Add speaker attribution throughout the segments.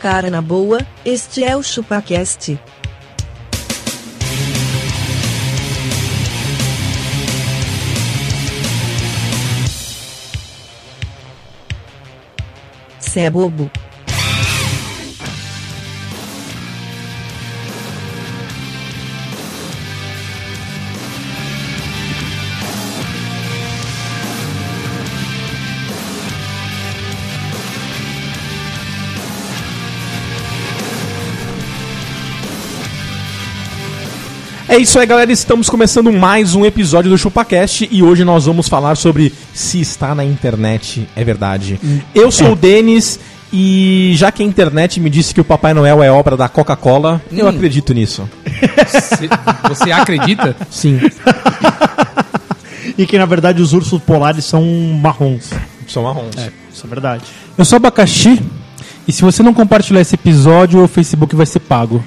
Speaker 1: Cara na boa, este é o ChupaCast. Cê é bobo.
Speaker 2: É isso aí, galera. Estamos começando mais um episódio do ChupaCast e hoje nós vamos falar sobre se está na internet é verdade.
Speaker 3: Hum.
Speaker 2: Eu sou
Speaker 3: É.
Speaker 2: o Denis e já que a internet me disse que o Papai Noel é obra da Coca-Cola,
Speaker 3: Hum.
Speaker 2: eu acredito nisso.
Speaker 4: Você, você acredita?
Speaker 2: Sim.
Speaker 3: E que na verdade os ursos polares são marrons.
Speaker 2: São marrons.
Speaker 3: Isso é verdade.
Speaker 5: Eu sou abacaxi. E se você não compartilhar esse episódio, o Facebook vai ser pago.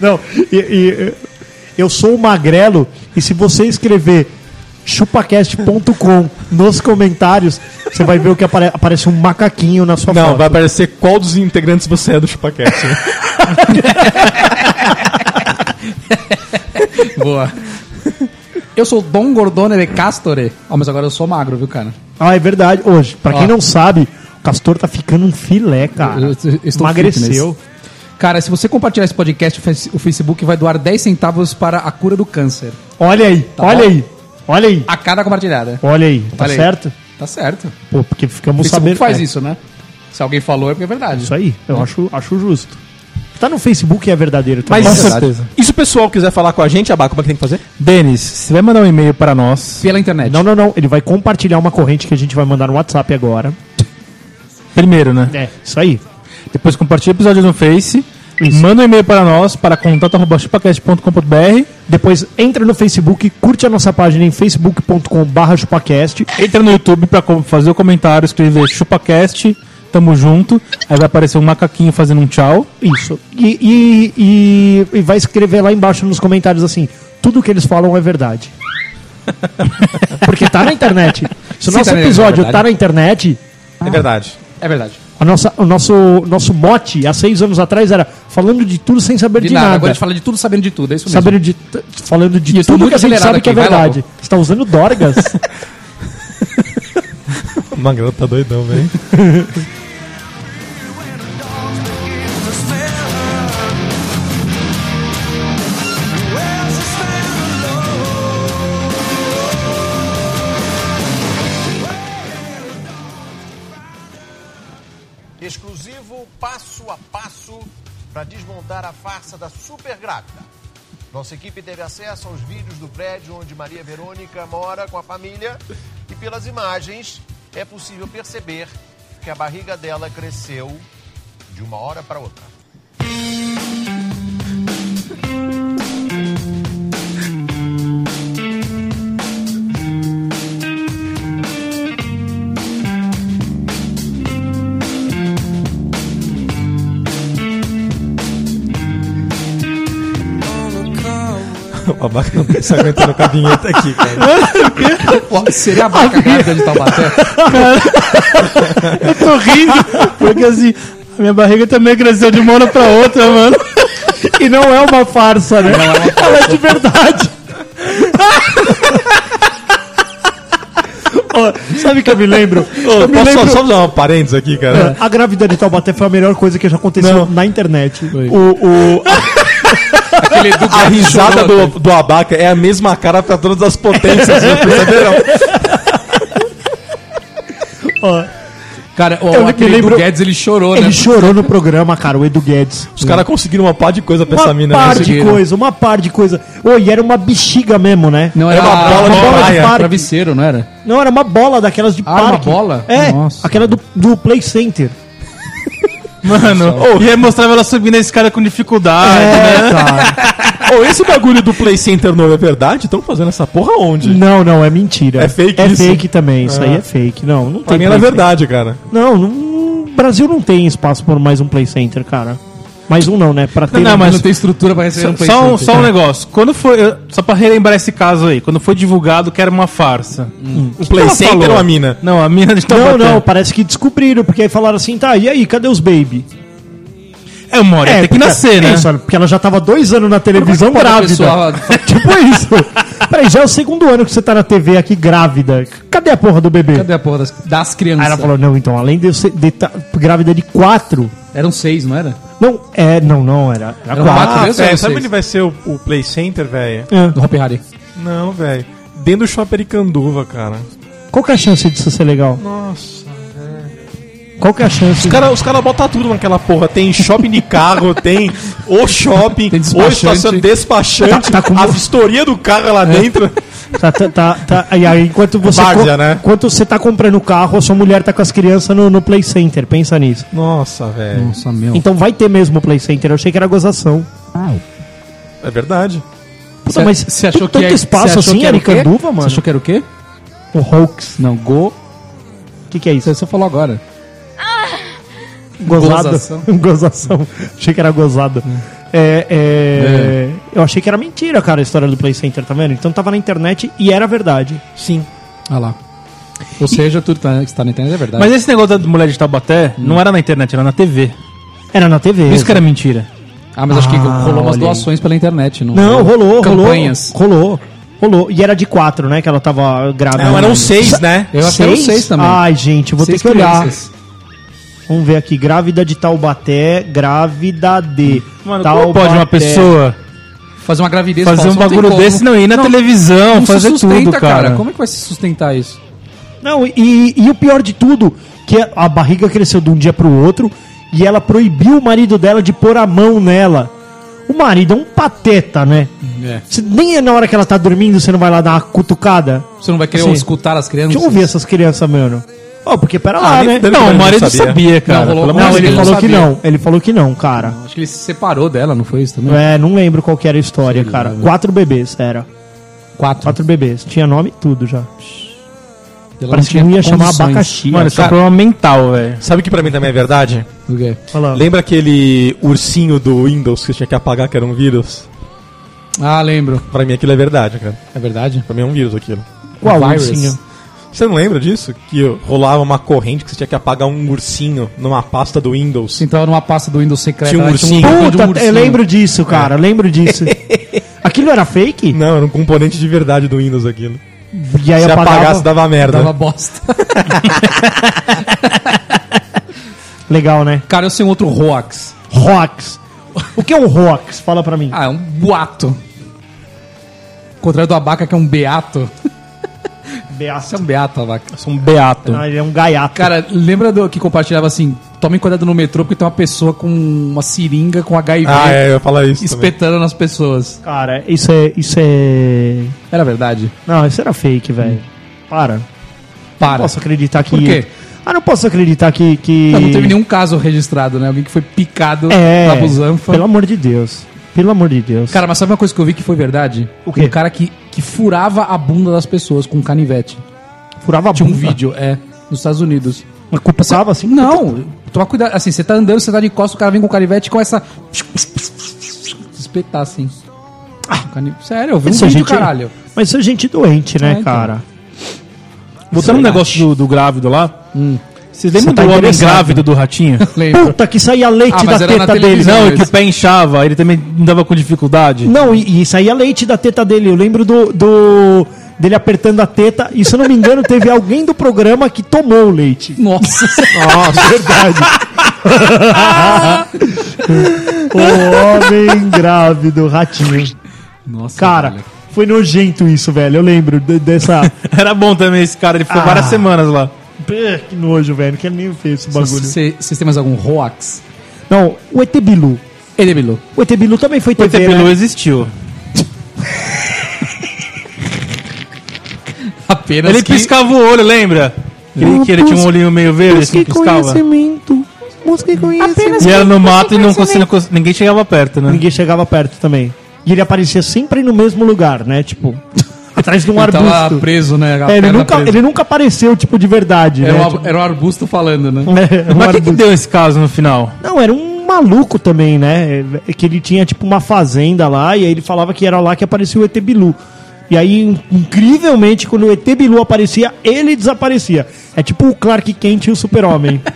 Speaker 3: Não, e, e, eu sou o magrelo e se você escrever chupacast.com nos comentários, você vai ver o que apare- aparece um macaquinho na sua
Speaker 2: Não,
Speaker 3: foto.
Speaker 2: vai aparecer qual dos integrantes você é do ChupaCast. né?
Speaker 4: Boa. Eu sou Dom Gordone de Castore. Ó, mas agora eu sou magro, viu, cara?
Speaker 3: Ah, é verdade. Hoje, pra quem
Speaker 4: Ó.
Speaker 3: não sabe, o Castor tá ficando um filé, cara.
Speaker 4: Eu- eu estou
Speaker 3: Emagreceu.
Speaker 4: fitness. Cara, se você compartilhar esse podcast, o Face- o Facebook vai doar 10 centavos para a cura do câncer.
Speaker 3: Olha aí,
Speaker 4: Tá
Speaker 3: olha
Speaker 4: bom?
Speaker 3: aí, olha aí,
Speaker 4: A cada compartilhada.
Speaker 3: olha aí, tá
Speaker 4: Olha aí.
Speaker 3: certo?
Speaker 4: Tá certo.
Speaker 3: Pô, porque
Speaker 4: O
Speaker 3: ficamos
Speaker 4: Facebook
Speaker 3: sabendo.
Speaker 4: faz
Speaker 3: é,
Speaker 4: isso, né? Se alguém falou, é porque é verdade.
Speaker 3: Isso aí, eu acho, acho justo. Tá no Facebook e é verdadeiro também.
Speaker 2: Mas
Speaker 5: Com
Speaker 2: isso-
Speaker 5: certeza.
Speaker 2: e se o pessoal quiser falar com a gente, Abaco, como é que tem que fazer?
Speaker 5: Denis, você vai mandar um e-mail para nós.
Speaker 4: Pela internet.
Speaker 3: É, Não, não, não. Ele vai compartilhar uma corrente que a gente vai mandar no WhatsApp agora.
Speaker 5: Primeiro, né?
Speaker 3: É, isso aí.
Speaker 5: Depois compartilha o episódio no Face. Manda um e-mail para nós, para contato.chupacast.com.br.
Speaker 3: Depois entra no Facebook, curte a nossa página em facebook.com.br chupacast.
Speaker 5: Entra no YouTube para co- fazer o comentário, escrever ChupaCast, tamo junto. Aí vai aparecer um macaquinho fazendo um tchau.
Speaker 3: Isso. E, e, e, e vai escrever lá embaixo nos comentários assim: tudo que eles falam é verdade. Porque tá na internet. Se o
Speaker 4: Se
Speaker 3: nosso
Speaker 4: tá na- é
Speaker 3: episódio
Speaker 4: verdade.
Speaker 3: tá na internet,
Speaker 2: É verdade.
Speaker 4: É verdade.
Speaker 3: a nossa, o nosso, nosso mote há seis anos atrás era falando de tudo sem saber
Speaker 4: De,
Speaker 3: de,
Speaker 4: nada.
Speaker 3: nada.
Speaker 4: Agora a gente fala de tudo sabendo de tudo. É isso mesmo.
Speaker 3: Sabendo de, t- falando de
Speaker 4: E eu tô
Speaker 3: tudo
Speaker 4: muito
Speaker 3: que a gente
Speaker 4: acelerado
Speaker 3: sabe que é
Speaker 4: aqui, vai
Speaker 3: verdade.
Speaker 4: logo.
Speaker 3: Você tá usando Dorgas?
Speaker 2: O Magrão tá doidão, velho.
Speaker 6: exclusivo passo a passo para desmontar a farsa da super grávida. Nossa equipe teve acesso aos vídeos do prédio onde Maria Verônica mora com a família e pelas imagens é possível perceber que a barriga dela cresceu de uma hora para outra.
Speaker 2: O Abaco não tá se aguentando com a vinheta aqui, cara.
Speaker 4: Pô, seria a vaca grávida de Taubaté?
Speaker 5: Tô rindo, porque assim, a minha barriga também cresceu de uma hora pra outra, mano.
Speaker 3: e não é uma farsa, né? Ela é de verdade. Ó, sabe o que eu me lembro? Eu me
Speaker 2: Posso só,
Speaker 3: lembro-
Speaker 2: só dar um parênteses aqui, cara?
Speaker 3: A grávida de Taubaté foi a melhor coisa que já
Speaker 2: Não.
Speaker 3: aconteceu na internet.
Speaker 5: Foi.
Speaker 3: O, o-
Speaker 4: Aquele Edu
Speaker 2: A
Speaker 4: Gato
Speaker 2: risada
Speaker 4: chorou,
Speaker 2: do, do abaca é a mesma cara pra todas as potências, já perceberam?
Speaker 4: Cara, ó,
Speaker 3: Eu me
Speaker 4: aquele
Speaker 3: lembro-
Speaker 4: Edu Guedes, ele chorou, né?
Speaker 3: ele chorou no programa, cara, o Edu Guedes.
Speaker 2: Os caras conseguiram uma pá de coisa pra essa
Speaker 3: Uma
Speaker 2: mina.
Speaker 3: par
Speaker 2: né?
Speaker 3: de
Speaker 4: conseguiram.
Speaker 3: coisa, uma par de coisa. Ô, e era uma bexiga mesmo, né?
Speaker 4: Não,
Speaker 2: Era uma bola de praia.
Speaker 3: parque.
Speaker 4: travesseiro, não era?
Speaker 3: Não, era uma bola daquelas de
Speaker 4: Ah, era uma
Speaker 3: parque.
Speaker 4: bola?
Speaker 3: É,
Speaker 5: Nossa.
Speaker 3: aquela do, do Play Center.
Speaker 5: Mano, e aí mostrava ela subindo a escada com dificuldade.
Speaker 2: É, né? Ô, esse bagulho do Play Center novo é verdade? Estão fazendo essa porra onde?
Speaker 3: Não, não, é mentira.
Speaker 2: É fake
Speaker 3: É
Speaker 2: isso?
Speaker 3: fake também, isso aí é fake. Não, não
Speaker 2: Pra
Speaker 3: tem
Speaker 2: mim era
Speaker 3: Play
Speaker 2: verdade, cara.
Speaker 3: Center. Não, não- o Brasil não tem espaço por mais um Play Center, cara. Mais um não, né? Pra ter
Speaker 5: não, mas-
Speaker 4: não tem estrutura pra receber
Speaker 5: Só,
Speaker 4: um
Speaker 5: só
Speaker 4: PlayStation.
Speaker 5: um, só um negócio. Quando foi, eu- só pra relembrar esse caso aí, quando foi divulgado que era uma farsa.
Speaker 2: O Play
Speaker 5: ela
Speaker 2: Center
Speaker 5: falou?
Speaker 2: ou a mina?
Speaker 5: Não, a mina de
Speaker 3: Hum. Não,
Speaker 5: Taubaté.
Speaker 3: não, parece que descobriram, porque aí falaram assim, tá, e aí, cadê os baby?
Speaker 5: É uma hora, tem que
Speaker 3: porque-
Speaker 5: nascer, né?
Speaker 3: é isso, olha, porque ela já tava dois anos na televisão
Speaker 4: Quando a
Speaker 3: grávida.
Speaker 4: pessoa-
Speaker 3: tipo isso. Peraí, já é o segundo ano que você tá na TV aqui grávida. Cadê a porra do bebê?
Speaker 4: Cadê a porra das, das crianças?
Speaker 3: Aí ela falou, não, então, além de eu ser de tá- grávida de quatro.
Speaker 4: Eram seis, não era?
Speaker 3: Não, é, não, não, era, era
Speaker 4: Era
Speaker 3: quatro.
Speaker 4: quatro
Speaker 2: Ah,
Speaker 4: vezes ou
Speaker 2: velho,
Speaker 4: eram
Speaker 2: sabe
Speaker 4: seis?
Speaker 2: onde vai ser o, o Play Center, velho?
Speaker 4: Do Hopi Hari.
Speaker 2: Não, velho. Dentro do Shopping Canduva, cara.
Speaker 3: Qual que é a chance disso ser legal?
Speaker 2: Nossa.
Speaker 3: Qual que é a chance?
Speaker 2: Os caras os cara botam tudo naquela porra. Tem shopping de carro, tem o shopping,
Speaker 4: Tem
Speaker 2: o
Speaker 4: despachante.
Speaker 2: estacion- despachante,
Speaker 3: Tá- tá com-
Speaker 2: a vistoria do carro lá dentro.
Speaker 3: Tá, tá, tá, tá. E aí, enquanto você,
Speaker 2: Várzea,
Speaker 3: co-
Speaker 2: né?
Speaker 3: enquanto você tá comprando o carro, a sua mulher tá com as crianças no, no Play Center. Pensa nisso.
Speaker 2: Nossa, velho.
Speaker 4: Nossa, meu.
Speaker 3: Então vai ter mesmo o Play Center. Eu achei que era gozação.
Speaker 2: É verdade.
Speaker 3: Puta, mas
Speaker 4: você achou
Speaker 3: tanto
Speaker 4: que é-
Speaker 3: espaço
Speaker 4: você achou
Speaker 3: assim,
Speaker 4: que era o quê?
Speaker 3: Aricanduva, mano?
Speaker 4: Você achou que era o quê?
Speaker 3: O hoax.
Speaker 4: Não, go...
Speaker 3: O que, que é isso?
Speaker 4: Você, você falou agora.
Speaker 3: Gozada.
Speaker 4: Gozação.
Speaker 3: Gozação. Achei que era gozada.
Speaker 4: Hum.
Speaker 3: É, é- Eu achei que era mentira, cara, a história do Play Center, tá vendo? Então tava na internet e era verdade.
Speaker 2: Sim.
Speaker 4: Olha Ah lá. Ou seja, tudo tá- que está na internet é verdade.
Speaker 5: Mas esse negócio da mulher de Taubaté não era na internet, era na TV.
Speaker 3: Era na TV.
Speaker 5: Isso que era mentira.
Speaker 4: Ah, mas acho que
Speaker 3: Ah,
Speaker 4: rolou
Speaker 3: olha
Speaker 4: umas
Speaker 3: aí.
Speaker 4: doações pela internet.
Speaker 3: Não, rolou, rolou.
Speaker 4: Campanhas.
Speaker 3: Rolou. Rolou. E era de quatro, né? Que ela tava grávida.
Speaker 2: Não, eram seis, né?
Speaker 4: Eu acho que eram seis também.
Speaker 3: Ai, gente, eu vou
Speaker 4: Seis
Speaker 3: ter que olhar.
Speaker 4: crianças.
Speaker 3: Vamos ver aqui. Grávida de Taubaté, grávida de.
Speaker 5: Mano, como
Speaker 3: Taubaté.
Speaker 5: pode uma pessoa
Speaker 4: Fazer uma gravidez
Speaker 5: fazer um
Speaker 4: falsa, não tem
Speaker 5: bagulho
Speaker 4: como.
Speaker 5: desse não ir na
Speaker 4: Não,
Speaker 5: televisão,
Speaker 4: não se
Speaker 5: fazer
Speaker 4: sustenta,
Speaker 5: tudo, cara?
Speaker 4: Como é que vai se sustentar isso?
Speaker 3: Não, e, e o pior de tudo, que a barriga cresceu de um dia pro outro e ela proibiu o marido dela de pôr a mão nela. O marido é um pateta, né?
Speaker 4: É.
Speaker 3: Você- nem é na hora que ela tá dormindo, você não vai lá dar uma cutucada.
Speaker 4: Você não vai querer
Speaker 3: Sim.
Speaker 4: escutar as crianças?
Speaker 3: Assim, Deixa eu ouvir essas crianças, mano. Ó, porque pera lá,
Speaker 2: Ah,
Speaker 3: né?
Speaker 2: deve-
Speaker 5: Não, o
Speaker 2: Não
Speaker 5: marido
Speaker 2: sabia.
Speaker 5: sabia, cara.
Speaker 4: Não, rolou-
Speaker 5: pelo amor
Speaker 3: Não, ele
Speaker 5: de Deus.
Speaker 3: falou que
Speaker 4: sabia.
Speaker 3: não. Ele falou que não, cara.
Speaker 4: Acho que ele se separou dela, não foi isso também?
Speaker 3: É, não lembro qual que era a história,
Speaker 4: Sei
Speaker 3: cara.
Speaker 4: lá, né? Tá.
Speaker 3: Quatro bebês, era.
Speaker 4: Quatro.
Speaker 3: É, Quatro bebês. Tinha nome e tudo já.
Speaker 4: Ela
Speaker 3: Parece que
Speaker 4: tinha
Speaker 3: não ia chamar
Speaker 4: condições.
Speaker 3: abacaxi.
Speaker 5: Mano, isso é um problema mental, velho.
Speaker 2: Sabe o que pra mim também é verdade?
Speaker 4: O quê?
Speaker 3: Olha lá.
Speaker 2: Lembra aquele ursinho do Windows que tinha que apagar que era um vírus?
Speaker 4: Ah, lembro.
Speaker 2: Pra mim aquilo é verdade, cara.
Speaker 4: É verdade?
Speaker 2: Pra mim é um vírus aquilo.
Speaker 3: Qual
Speaker 4: Virus.
Speaker 3: ursinho?
Speaker 2: Você não lembra disso? Que rolava uma corrente que você tinha que apagar um ursinho numa pasta do Windows.
Speaker 4: Então era uma pasta do Windows secreta.
Speaker 2: Tinha um
Speaker 4: lá,
Speaker 2: ursinho.
Speaker 4: botão de
Speaker 3: Puta,
Speaker 4: ursinho. É.
Speaker 3: eu lembro disso, cara. Lembro disso. Aquilo era fake?
Speaker 2: Não, era um componente de verdade do Windows aquilo.
Speaker 3: E aí
Speaker 2: Se
Speaker 3: apagava.
Speaker 2: apagasse, dava merda.
Speaker 4: Dava bosta.
Speaker 3: Legal, né?
Speaker 4: Cara, eu sei um outro hoax.
Speaker 3: Rox. O que é um Rox? Fala pra mim.
Speaker 4: Ah, é um boato. Ao contrário do abaca, que é um beato. Você é
Speaker 3: Beato.
Speaker 4: um beato, abaca.
Speaker 5: Eu sou um beato.
Speaker 3: Não, ele é um gaiato.
Speaker 4: Cara, lembra do que compartilhava assim? Tomem cuidado no metrô porque tem uma pessoa com uma seringa com HIV
Speaker 2: Ah, é, eu ia falar isso. também.
Speaker 4: espetando nas pessoas.
Speaker 3: Cara, isso é. Isso é.
Speaker 4: Era verdade?
Speaker 3: Não, isso era fake, velho. Para. Não
Speaker 4: Para.
Speaker 3: posso acreditar que.
Speaker 4: Por quê?
Speaker 3: Ah, não posso acreditar que. que...
Speaker 4: Não, não teve nenhum caso registrado, né? Alguém que foi picado
Speaker 3: É.
Speaker 4: na busanfa.
Speaker 3: Pelo amor de Deus. Pelo amor de Deus.
Speaker 4: Cara, mas sabe uma coisa que eu vi que foi verdade?
Speaker 3: O quê?
Speaker 4: Um cara que, que furava a bunda das pessoas com canivete.
Speaker 3: furava a
Speaker 4: Tinha um
Speaker 3: bunda.
Speaker 4: vídeo, é, nos Estados Unidos.
Speaker 3: Mas cutucava assim?
Speaker 4: Não, um toma cuidado. Assim, você tá andando, você tá de costas, o cara vem com canivete e começa. a Espetar assim. Um cani- Sério, eu vi um
Speaker 3: Isso Ah. é
Speaker 4: vídeo,
Speaker 3: gente-
Speaker 4: caralho.
Speaker 3: Mas isso é gente doente, né,
Speaker 4: É, então.
Speaker 3: cara?
Speaker 5: Voltando no um
Speaker 4: Verdade.
Speaker 5: negócio do, do grávido lá. Vocês lembram
Speaker 3: Você tá
Speaker 5: do homem
Speaker 3: interessado.
Speaker 5: grávido do ratinho?
Speaker 4: Lembro.
Speaker 3: Puta, que saía leite
Speaker 4: Ah,
Speaker 3: da
Speaker 4: mas era na
Speaker 3: teta dele.
Speaker 4: televisão.
Speaker 5: não, e que
Speaker 4: Isso.
Speaker 5: o pé inchava, ele também não dava com dificuldade.
Speaker 3: Não, e, e saía leite da teta dele. Eu lembro do, do- dele apertando a teta. E se eu não me engano, teve alguém do programa que tomou o leite.
Speaker 4: Nossa,
Speaker 3: Nossa, verdade. o homem grávido, ratinho.
Speaker 4: Nossa
Speaker 3: Cara,
Speaker 4: velho.
Speaker 3: foi nojento isso, velho. Eu lembro de- dessa.
Speaker 5: Era bom também esse cara, ele ficou
Speaker 3: Ah.
Speaker 5: várias semanas lá.
Speaker 3: Pê, que nojo, velho. Quero nem ver esse bagulho.
Speaker 4: Vocês vocês têm mais algum hoax?
Speaker 3: Não, o ET Bilu.
Speaker 4: Ele é Bilu.
Speaker 3: O ET Bilu também foi
Speaker 5: O
Speaker 3: TV,
Speaker 5: Itepelu
Speaker 3: né?
Speaker 5: é, existiu.
Speaker 4: Apenas
Speaker 5: Ele
Speaker 4: que-
Speaker 5: piscava o olho, lembra? Que ele, que ele tinha um olhinho meio verde, assim, piscava.
Speaker 3: conhecimento. Música e conhecimento.
Speaker 5: E era no mato e não conseguia, ninguém chegava perto, né?
Speaker 3: Ninguém chegava perto também. E ele aparecia sempre no mesmo lugar, né? Tipo, atrás de um
Speaker 4: ele tava
Speaker 3: arbusto.
Speaker 4: preso, né? a
Speaker 3: É, ele,
Speaker 4: perna
Speaker 3: nunca,
Speaker 4: presa.
Speaker 3: ele nunca apareceu, tipo, de verdade,
Speaker 4: Era,
Speaker 3: né?
Speaker 4: um,
Speaker 3: Tipo,
Speaker 4: ar- era um arbusto falando, né?
Speaker 3: é, um
Speaker 5: Mas o que, que
Speaker 3: arbusto.
Speaker 5: deu esse caso no final?
Speaker 3: Não, era um maluco também, né? É Que ele tinha tipo uma fazenda lá e aí ele falava que era lá que aparecia o ET Bilu. E aí, in- incrivelmente, quando o ET Bilu aparecia, ele desaparecia. É tipo o Clark Kent e o Super-Homem.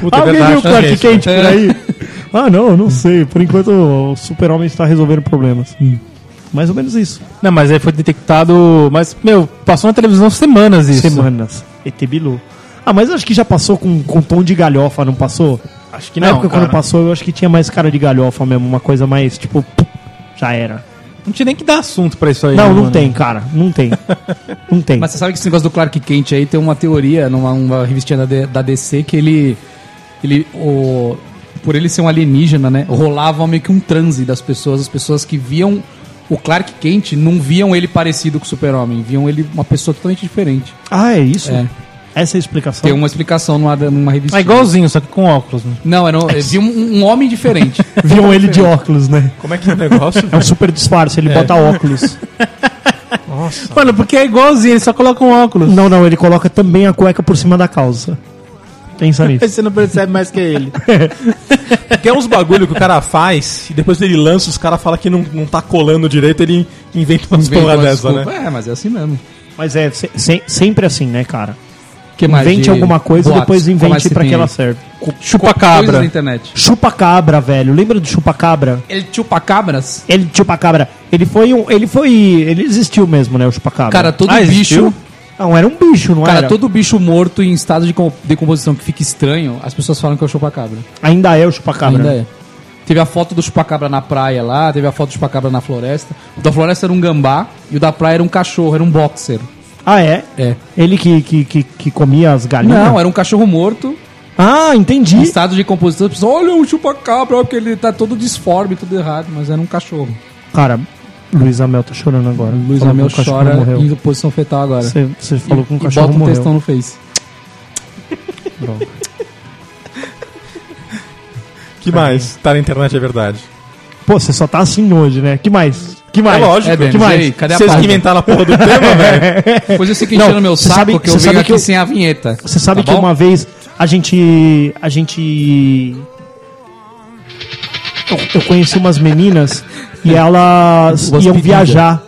Speaker 2: Puta, é
Speaker 3: Alguém
Speaker 2: verdade,
Speaker 3: viu o
Speaker 2: né,
Speaker 3: Clark
Speaker 2: gente?
Speaker 3: Kent por aí? ah, não, não sei. Por enquanto, o Super-Homem está resolvendo problemas.
Speaker 2: Hum.
Speaker 3: Mais ou menos isso.
Speaker 5: Não, mas aí foi detectado. Mas, meu, passou na televisão semanas isso.
Speaker 3: Semanas. ET Bilu. Ah, mas acho que já passou com, com tom de galhofa, não passou?
Speaker 5: Acho que
Speaker 3: Que na
Speaker 5: não.
Speaker 3: época,
Speaker 5: cara.
Speaker 3: quando passou, eu acho que tinha mais cara de galhofa mesmo. Uma coisa mais, tipo, pum, já era.
Speaker 5: Não tinha nem que dar assunto pra isso aí.
Speaker 3: Não,
Speaker 5: né,
Speaker 3: não
Speaker 5: mano?
Speaker 3: tem, cara. Não tem. Não tem.
Speaker 4: Mas você sabe que esse negócio do Clark Kent aí tem uma teoria numa uma revistinha da, D- da DC que ele. ele o, por ele ser um alienígena, né? Rolava meio que um transe das pessoas. As pessoas que viam o Clark Kent não viam ele parecido com o Super-Homem, viam ele uma pessoa totalmente diferente.
Speaker 3: Ah, é isso?
Speaker 4: É.
Speaker 3: Essa é a explicação.
Speaker 4: Tem uma explicação numa, numa revista.
Speaker 5: É igualzinho, só que com óculos. Né?
Speaker 4: Não, era, um- viu um, um homem diferente.
Speaker 3: Viam ele de óculos, né?
Speaker 2: Como é que é o negócio?
Speaker 3: É um super disfarce, ele bota óculos.
Speaker 5: Mano, porque é igualzinho, ele só coloca um óculos.
Speaker 3: Não, não, ele coloca também a cueca por cima da calça. Pensa nisso.
Speaker 5: Aí você não percebe mais que é ele.
Speaker 2: Tem
Speaker 4: Um
Speaker 2: uns bagulho que o cara faz e depois ele lança, os caras falam que não, não tá colando direito, ele inventa umas
Speaker 4: Vem
Speaker 2: porra
Speaker 4: com a
Speaker 2: dessa,
Speaker 4: desculpa.
Speaker 2: né?
Speaker 4: É, mas é assim mesmo.
Speaker 3: Mas é se- se- sempre assim, né, cara?
Speaker 4: Que mais
Speaker 3: Invente
Speaker 4: de
Speaker 3: alguma coisa e
Speaker 4: boatos?
Speaker 3: depois
Speaker 4: Qual
Speaker 3: invente
Speaker 4: mais você
Speaker 3: pra
Speaker 4: tem
Speaker 3: que
Speaker 4: aí?
Speaker 3: ela serve.
Speaker 4: Coisas da
Speaker 5: Chupacabra.
Speaker 4: internet.
Speaker 3: Chupacabra, velho. Lembra do chupacabra?
Speaker 4: Ele chupacabras?
Speaker 3: Ele, chupacabra, ele foi um. Ele foi. Ele existiu mesmo, né? O chupacabra.
Speaker 4: Cara, todo
Speaker 5: Ah, existiu?
Speaker 4: bicho.
Speaker 3: Não, era um bicho, não
Speaker 4: Cara,
Speaker 3: era?
Speaker 4: todo bicho morto em estado de com- decomposição que fica estranho, as pessoas falam que é o chupacabra.
Speaker 3: Ainda é o chupacabra.
Speaker 4: Ainda é. Teve a foto do chupacabra na praia lá, teve a foto do chupacabra na floresta. O da floresta era um gambá e o da praia era um cachorro, era um boxer.
Speaker 3: Ah, é?
Speaker 4: É.
Speaker 3: Ele que, que, que, que comia as galinhas?
Speaker 4: Não, era um cachorro morto,
Speaker 3: Ah,
Speaker 4: em
Speaker 3: entendi.
Speaker 4: estado de decomposição. As pessoas, olha o chupacabra, olha que ele tá todo disforme, tudo errado, mas era um cachorro.
Speaker 3: Cara, Luiz Amel tá chorando agora.
Speaker 4: Luiz
Speaker 3: Falou
Speaker 4: Amel
Speaker 3: que o cachorro
Speaker 4: chora
Speaker 3: morreu.
Speaker 4: em posição fetal agora.
Speaker 3: Você você falou que um
Speaker 4: E- e
Speaker 3: cachorro
Speaker 4: bota um
Speaker 3: morreu.
Speaker 4: textão no Face.
Speaker 3: Droga.
Speaker 2: Que mais? Tá na internet, é verdade.
Speaker 3: Pô, você só tá assim hoje, né? Que mais? Que mais?
Speaker 2: É lógico.
Speaker 4: É,
Speaker 2: que
Speaker 4: Denis, e
Speaker 2: mais?
Speaker 4: aí, cadê a
Speaker 2: Vocês que
Speaker 4: pauta?
Speaker 2: inventaram a porra do tema, velho?
Speaker 4: Pois eu sei que
Speaker 3: É. Não,
Speaker 4: encheu no meu
Speaker 3: você
Speaker 4: saco
Speaker 3: sabe-
Speaker 4: que eu
Speaker 3: você
Speaker 4: venho
Speaker 3: sabe
Speaker 4: aqui
Speaker 3: que eu-
Speaker 4: sem a vinheta.
Speaker 3: Você sabe
Speaker 4: Tá
Speaker 3: que
Speaker 4: bom?
Speaker 3: uma vez a gente. A gente. Eu, eu conheci umas meninas e elas
Speaker 4: Umas
Speaker 3: iam
Speaker 4: pedidas.
Speaker 3: viajar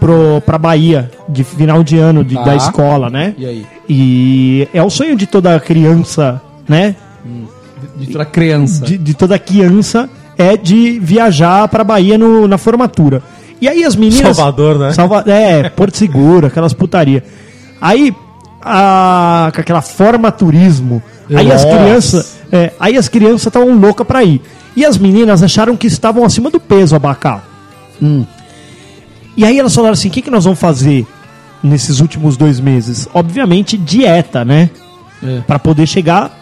Speaker 3: pro, pra Bahia de final de ano de-
Speaker 4: Tá.
Speaker 3: da escola, né?
Speaker 4: E aí?
Speaker 3: E é o sonho de toda criança, né?
Speaker 4: De toda criança.
Speaker 3: De, de toda criança é de viajar pra Bahia no- na formatura. E aí as meninas.
Speaker 2: Salvador, né?
Speaker 3: Salva... É, Porto Seguro, aquelas putaria. Aí, a... com aquela forma turismo. Aí as
Speaker 2: Nossa.
Speaker 3: crianças. é, aí as crianças estavam loucas pra ir. E as meninas acharam que estavam acima do peso abacá.
Speaker 2: Hum.
Speaker 3: E aí elas falaram assim: o que, que nós vamos fazer nesses últimos dois meses? Obviamente, dieta, né?
Speaker 4: É.
Speaker 3: Pra poder chegar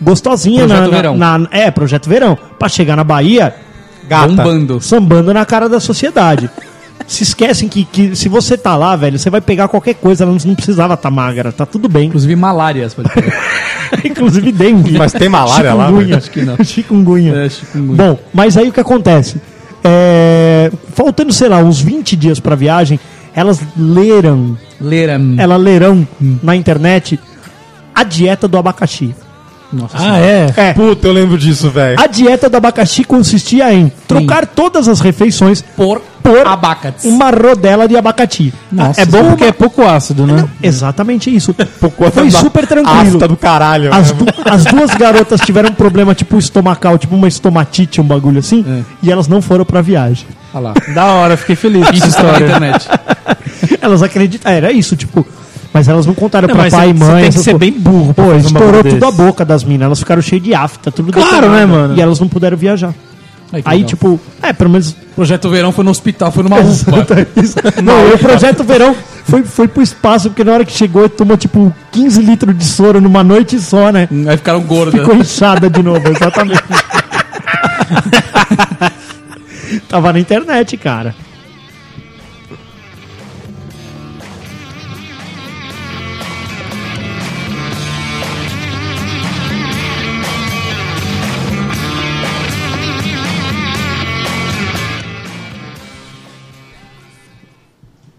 Speaker 3: gostosinha
Speaker 4: Projeto
Speaker 3: na, na-
Speaker 4: Verão.
Speaker 3: na- É, projeto verão. Pra chegar na Bahia,
Speaker 4: Bombando.
Speaker 3: sambando na cara da sociedade. Se esquecem que, que se você tá lá, velho, você vai pegar qualquer coisa, ela não não precisava tá magra, tá tudo bem.
Speaker 4: Inclusive malárias, pode pegar.
Speaker 3: Inclusive dengue.
Speaker 2: Mas tem malária lá,
Speaker 3: Chikungunya.
Speaker 2: velho?
Speaker 4: Acho que não.
Speaker 3: Chikungunya.
Speaker 4: É, chikungunya.
Speaker 3: Bom, mas aí o que acontece? É, faltando, sei lá, uns 20 dias pra viagem, elas leram,
Speaker 4: Leira.
Speaker 3: ela lerão na internet a dieta do abacaxi.
Speaker 4: Nossa
Speaker 5: Ah, é?
Speaker 3: É,
Speaker 2: Puta, eu lembro disso, velho.
Speaker 3: a dieta do abacaxi consistia em trocar todas as refeições
Speaker 4: Por,
Speaker 3: por
Speaker 4: abacates.
Speaker 3: uma rodela de abacaxi.
Speaker 5: é bom porque é pouco ácido, né?
Speaker 3: Exatamente isso.
Speaker 2: Pô,
Speaker 3: Foi
Speaker 2: tá
Speaker 3: super tranquilo.
Speaker 2: Asta do caralho.
Speaker 3: As,
Speaker 2: né?
Speaker 3: du- as duas garotas tiveram um problema tipo estomacal, tipo uma estomatite, um bagulho assim,
Speaker 5: É.
Speaker 3: e elas não foram pra viagem.
Speaker 4: Olha lá.
Speaker 5: Da hora, fiquei feliz com essa
Speaker 4: Isso está na
Speaker 5: história.
Speaker 4: internet.
Speaker 3: Elas acreditaram, era isso, tipo, mas elas não contaram
Speaker 5: Não,
Speaker 3: pra
Speaker 5: mas
Speaker 3: pai e
Speaker 5: cê- cê
Speaker 3: mãe.
Speaker 5: tem que
Speaker 3: essas
Speaker 5: ser
Speaker 3: co-
Speaker 5: bem burro pra
Speaker 3: Pô,
Speaker 5: fazer um
Speaker 3: estourou
Speaker 5: bagulho
Speaker 3: tudo
Speaker 5: desse.
Speaker 3: a boca das minas, elas ficaram cheias de afta, tudo
Speaker 5: Claro,
Speaker 3: detonado,
Speaker 5: né, mano?
Speaker 3: E elas não puderam viajar.
Speaker 4: Ai, que
Speaker 3: Aí,
Speaker 4: legal.
Speaker 3: tipo, é, pelo menos
Speaker 4: Projeto Verão foi no hospital, foi numa UPA.
Speaker 3: Isso. Não, e o projeto verão foi, foi pro espaço, porque na hora que chegou, tomou tipo 15 litros de soro numa noite só, né?
Speaker 4: Hum, Aí ficaram gordas.
Speaker 3: Ficou inchada de novo, exatamente. Tava na internet, cara.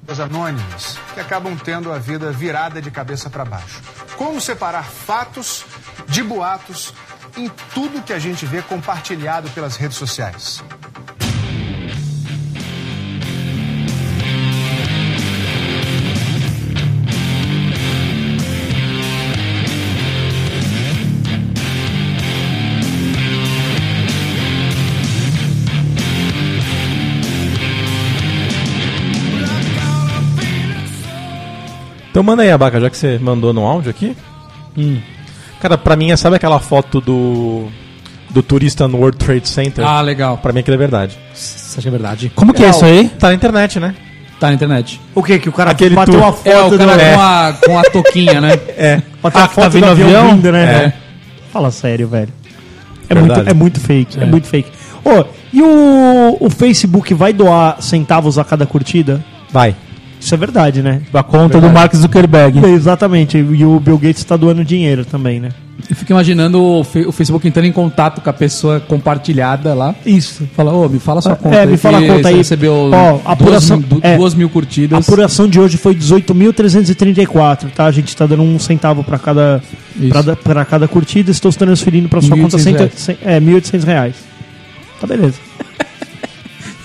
Speaker 7: pessoas anônimas que acabam tendo a vida virada de cabeça para baixo. Como separar fatos de boatos em tudo que a gente vê compartilhado pelas redes sociais.
Speaker 2: Então manda aí, Abaca, já que você mandou no áudio aqui. Hum. Cara, pra mim, é- sabe aquela foto do do turista no World Trade Center?
Speaker 4: Ah, legal.
Speaker 2: Pra mim aquilo é verdade.
Speaker 4: Isso é verdade.
Speaker 5: Como que é isso aí?
Speaker 2: Tá na internet, né?
Speaker 4: Tá na internet.
Speaker 3: O que que o cara
Speaker 2: Aquele
Speaker 3: bateu
Speaker 2: tu-
Speaker 3: a foto
Speaker 4: É, o cara
Speaker 3: do...
Speaker 4: com a, com a toquinha, né?
Speaker 2: É.
Speaker 3: bateu a
Speaker 5: Ah, que tá
Speaker 3: foto
Speaker 5: vindo
Speaker 3: do avião,
Speaker 5: avião?
Speaker 3: vindo, né?
Speaker 2: É.
Speaker 3: velho? Fala sério, velho. É
Speaker 2: Verdade.
Speaker 3: muito, é muito fake, é, muito fake. Ô, e o, o Facebook vai doar centavos a cada curtida?
Speaker 2: Vai.
Speaker 3: Isso é verdade, né?
Speaker 5: A conta do Mark Zuckerberg.
Speaker 3: Exatamente. E o Bill Gates tá doando dinheiro também, né?
Speaker 4: Eu fico imaginando o, Fe- o Facebook entrando em contato com a pessoa compartilhada lá.
Speaker 3: Isso.
Speaker 4: Fala, ô, me fala sua conta.
Speaker 3: É,
Speaker 4: aí
Speaker 3: me fala a
Speaker 4: que
Speaker 3: conta
Speaker 4: você
Speaker 3: aí.
Speaker 4: recebeu
Speaker 3: Ó,
Speaker 4: duas,
Speaker 3: apuração-
Speaker 4: mil- du-
Speaker 3: é.
Speaker 4: duas mil
Speaker 3: A
Speaker 4: curtidas.
Speaker 3: apuração de hoje foi 18.334, tá? A gente tá dando um centavo pra cada,
Speaker 4: Isso.
Speaker 3: pra, da- pra cada curtida. Estou transferindo pra sua conta
Speaker 4: 1.800
Speaker 3: cento, cem- é, 1.800 reais. Tá beleza.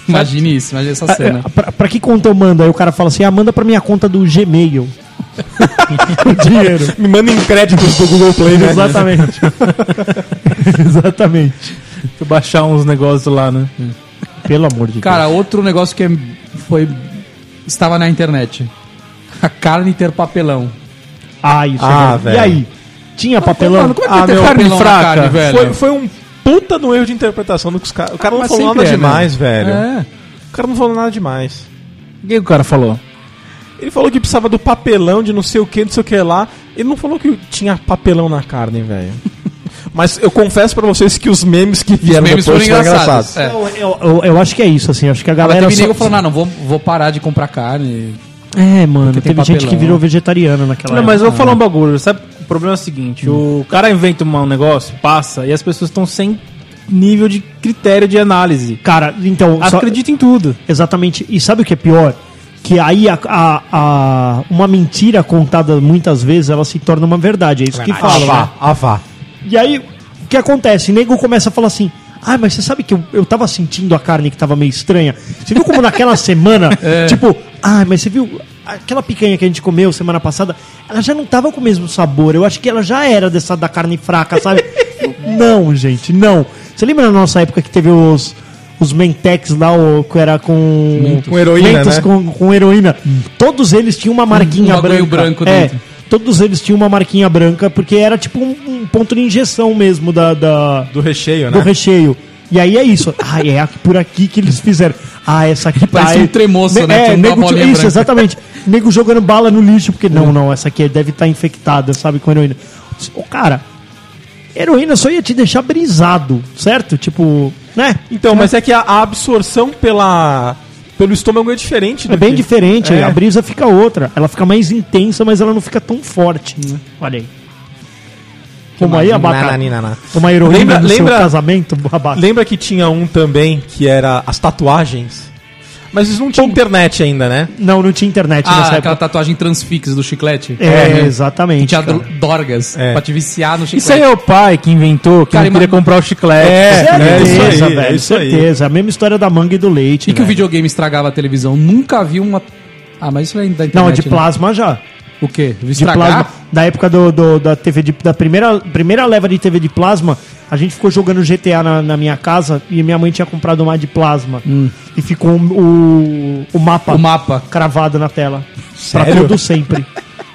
Speaker 4: Imagine isso, imagine essa cena.
Speaker 3: Ah, Pra, pra que conta eu mando? Aí o cara fala assim, ah, manda pra minha conta do Gmail. o dinheiro.
Speaker 2: Me manda em créditos do Google Play, né?
Speaker 3: Exatamente. Exatamente.
Speaker 5: Tem que baixar uns negócios lá, né?
Speaker 3: Pelo amor de
Speaker 4: Cara, outro negócio que é- foi. Estava na internet. A carne ter papelão.
Speaker 3: Deus. Ah, isso é
Speaker 2: Ah,
Speaker 3: verdade.
Speaker 2: velho.
Speaker 3: E aí? Tinha papelão?
Speaker 5: como é que
Speaker 4: Ah,
Speaker 5: vai ter
Speaker 4: meu,
Speaker 5: carne
Speaker 4: papelão na
Speaker 5: fraca?
Speaker 4: carne, velho.
Speaker 2: Foi, foi um puta do erro de interpretação do que os caras. O cara não
Speaker 4: Mas
Speaker 2: falou
Speaker 4: sempre
Speaker 2: nada
Speaker 4: é, né?
Speaker 2: demais, velho.
Speaker 4: É.
Speaker 2: O cara não falou nada demais.
Speaker 5: O que o cara falou?
Speaker 2: Ele falou que precisava do papelão de não sei o que, não sei o que lá. Ele não falou que tinha papelão na carne, velho. Mas eu confesso pra vocês que os memes que vieram
Speaker 4: memes
Speaker 2: depois
Speaker 4: foram
Speaker 2: foram engraçados.
Speaker 4: engraçados. É.
Speaker 3: Ah, Eu, eu- eu- eu acho que é isso, assim. Acho que a
Speaker 4: Agora
Speaker 3: galera.
Speaker 4: teve
Speaker 3: só-
Speaker 4: nego falando, ah, não, vou, vou parar de comprar carne.
Speaker 3: É, mano,
Speaker 4: Porque tem
Speaker 3: teve gente que
Speaker 4: papelão.
Speaker 3: virou vegetariana naquela
Speaker 5: Não,
Speaker 3: época.
Speaker 5: mas eu vou falar um bagulho. Sabe, o problema é o seguinte: o cara inventa um negócio, passa, e as pessoas estão sem nível de critério de análise.
Speaker 3: Cara, então. só-
Speaker 5: Acredita em tudo.
Speaker 3: Exatamente. E sabe o que é pior? Que aí a, a- a- uma mentira contada muitas vezes ela se torna uma verdade. É isso que fala. né?
Speaker 2: avá.
Speaker 3: E aí o que acontece? O nego começa a falar assim. Ah, mas você sabe que eu, eu tava sentindo a carne que tava meio estranha. Você viu como naquela semana,
Speaker 2: É.
Speaker 3: tipo, ah, mas você viu aquela picanha que a gente comeu semana passada, ela já não tava com o mesmo sabor. Eu acho que ela já era dessa da carne fraca, sabe? não, gente, não. Você lembra na nossa época que teve os os Mentex lá, o que era com
Speaker 2: Com heroína, né? Hum.
Speaker 3: com, com heroína. Todos eles tinham uma marquinha
Speaker 4: bagulho
Speaker 3: branca.
Speaker 4: branco
Speaker 3: é,
Speaker 4: dentro.
Speaker 3: todos eles tinham uma marquinha branca, porque era tipo um, um ponto de injeção mesmo da, da-
Speaker 2: Do recheio, né?
Speaker 3: do recheio. E aí é isso. Ah, é aqui- por aqui que eles fizeram. Ah, essa aqui tá...
Speaker 4: Parece um tremoço, né?
Speaker 3: É,
Speaker 4: Tinha uma
Speaker 3: nego,
Speaker 4: bolinha
Speaker 3: isso,
Speaker 4: branca.
Speaker 3: exatamente. Nego jogando bala no lixo, porque não, não, essa aqui deve estar infectada, sabe, com heroína. Ô, cara, heroína só ia te deixar brisado, certo? Tipo, né?
Speaker 2: Então, mas é que a, a absorção pela, pelo estômago é diferente.
Speaker 3: É
Speaker 2: do
Speaker 3: bem
Speaker 2: que-
Speaker 3: diferente,
Speaker 2: É.
Speaker 3: a brisa fica outra. Ela fica mais intensa, mas ela não fica tão forte. Olha aí. Toma aí, abaca.
Speaker 2: Nananinaná.
Speaker 3: Toma heroína
Speaker 2: Lembra-
Speaker 3: no
Speaker 2: lembra-
Speaker 3: seu casamento, abaca.
Speaker 2: Lembra que tinha um também que era as tatuagens? Mas eles não tinham internet ainda, né?
Speaker 3: Não, não tinha internet
Speaker 4: Ah,
Speaker 3: nessa
Speaker 4: aquela
Speaker 3: época.
Speaker 4: tatuagem transfix do chiclete.
Speaker 3: É,
Speaker 4: Que
Speaker 3: exatamente.
Speaker 4: tinha
Speaker 3: cara.
Speaker 4: do- dorgas
Speaker 2: É.
Speaker 4: pra te viciar no chiclete.
Speaker 5: Isso aí é o pai que inventou, que
Speaker 4: Cara,
Speaker 5: não queria
Speaker 4: ima-
Speaker 5: comprar o chiclete.
Speaker 2: é isso aí,
Speaker 3: Certeza,
Speaker 2: é
Speaker 3: velho,
Speaker 2: isso aí.
Speaker 3: certeza. A mesma história da manga e do leite.
Speaker 4: E que o
Speaker 3: velho.
Speaker 4: videogame estragava a televisão. Nunca vi uma. Ah, mas isso é da internet.
Speaker 3: Não, de
Speaker 4: né?
Speaker 3: plasma já.
Speaker 4: O quê? De
Speaker 3: De
Speaker 4: estragar?
Speaker 3: plasma. Da época do, do- da TV de- da primeira, primeira leva de TV de plasma, a gente ficou jogando GTA na, na minha casa e minha mãe tinha comprado uma de plasma. E ficou um, o, o mapa
Speaker 4: O mapa.
Speaker 3: cravado na tela.
Speaker 2: Sério?
Speaker 3: Pra todo sempre.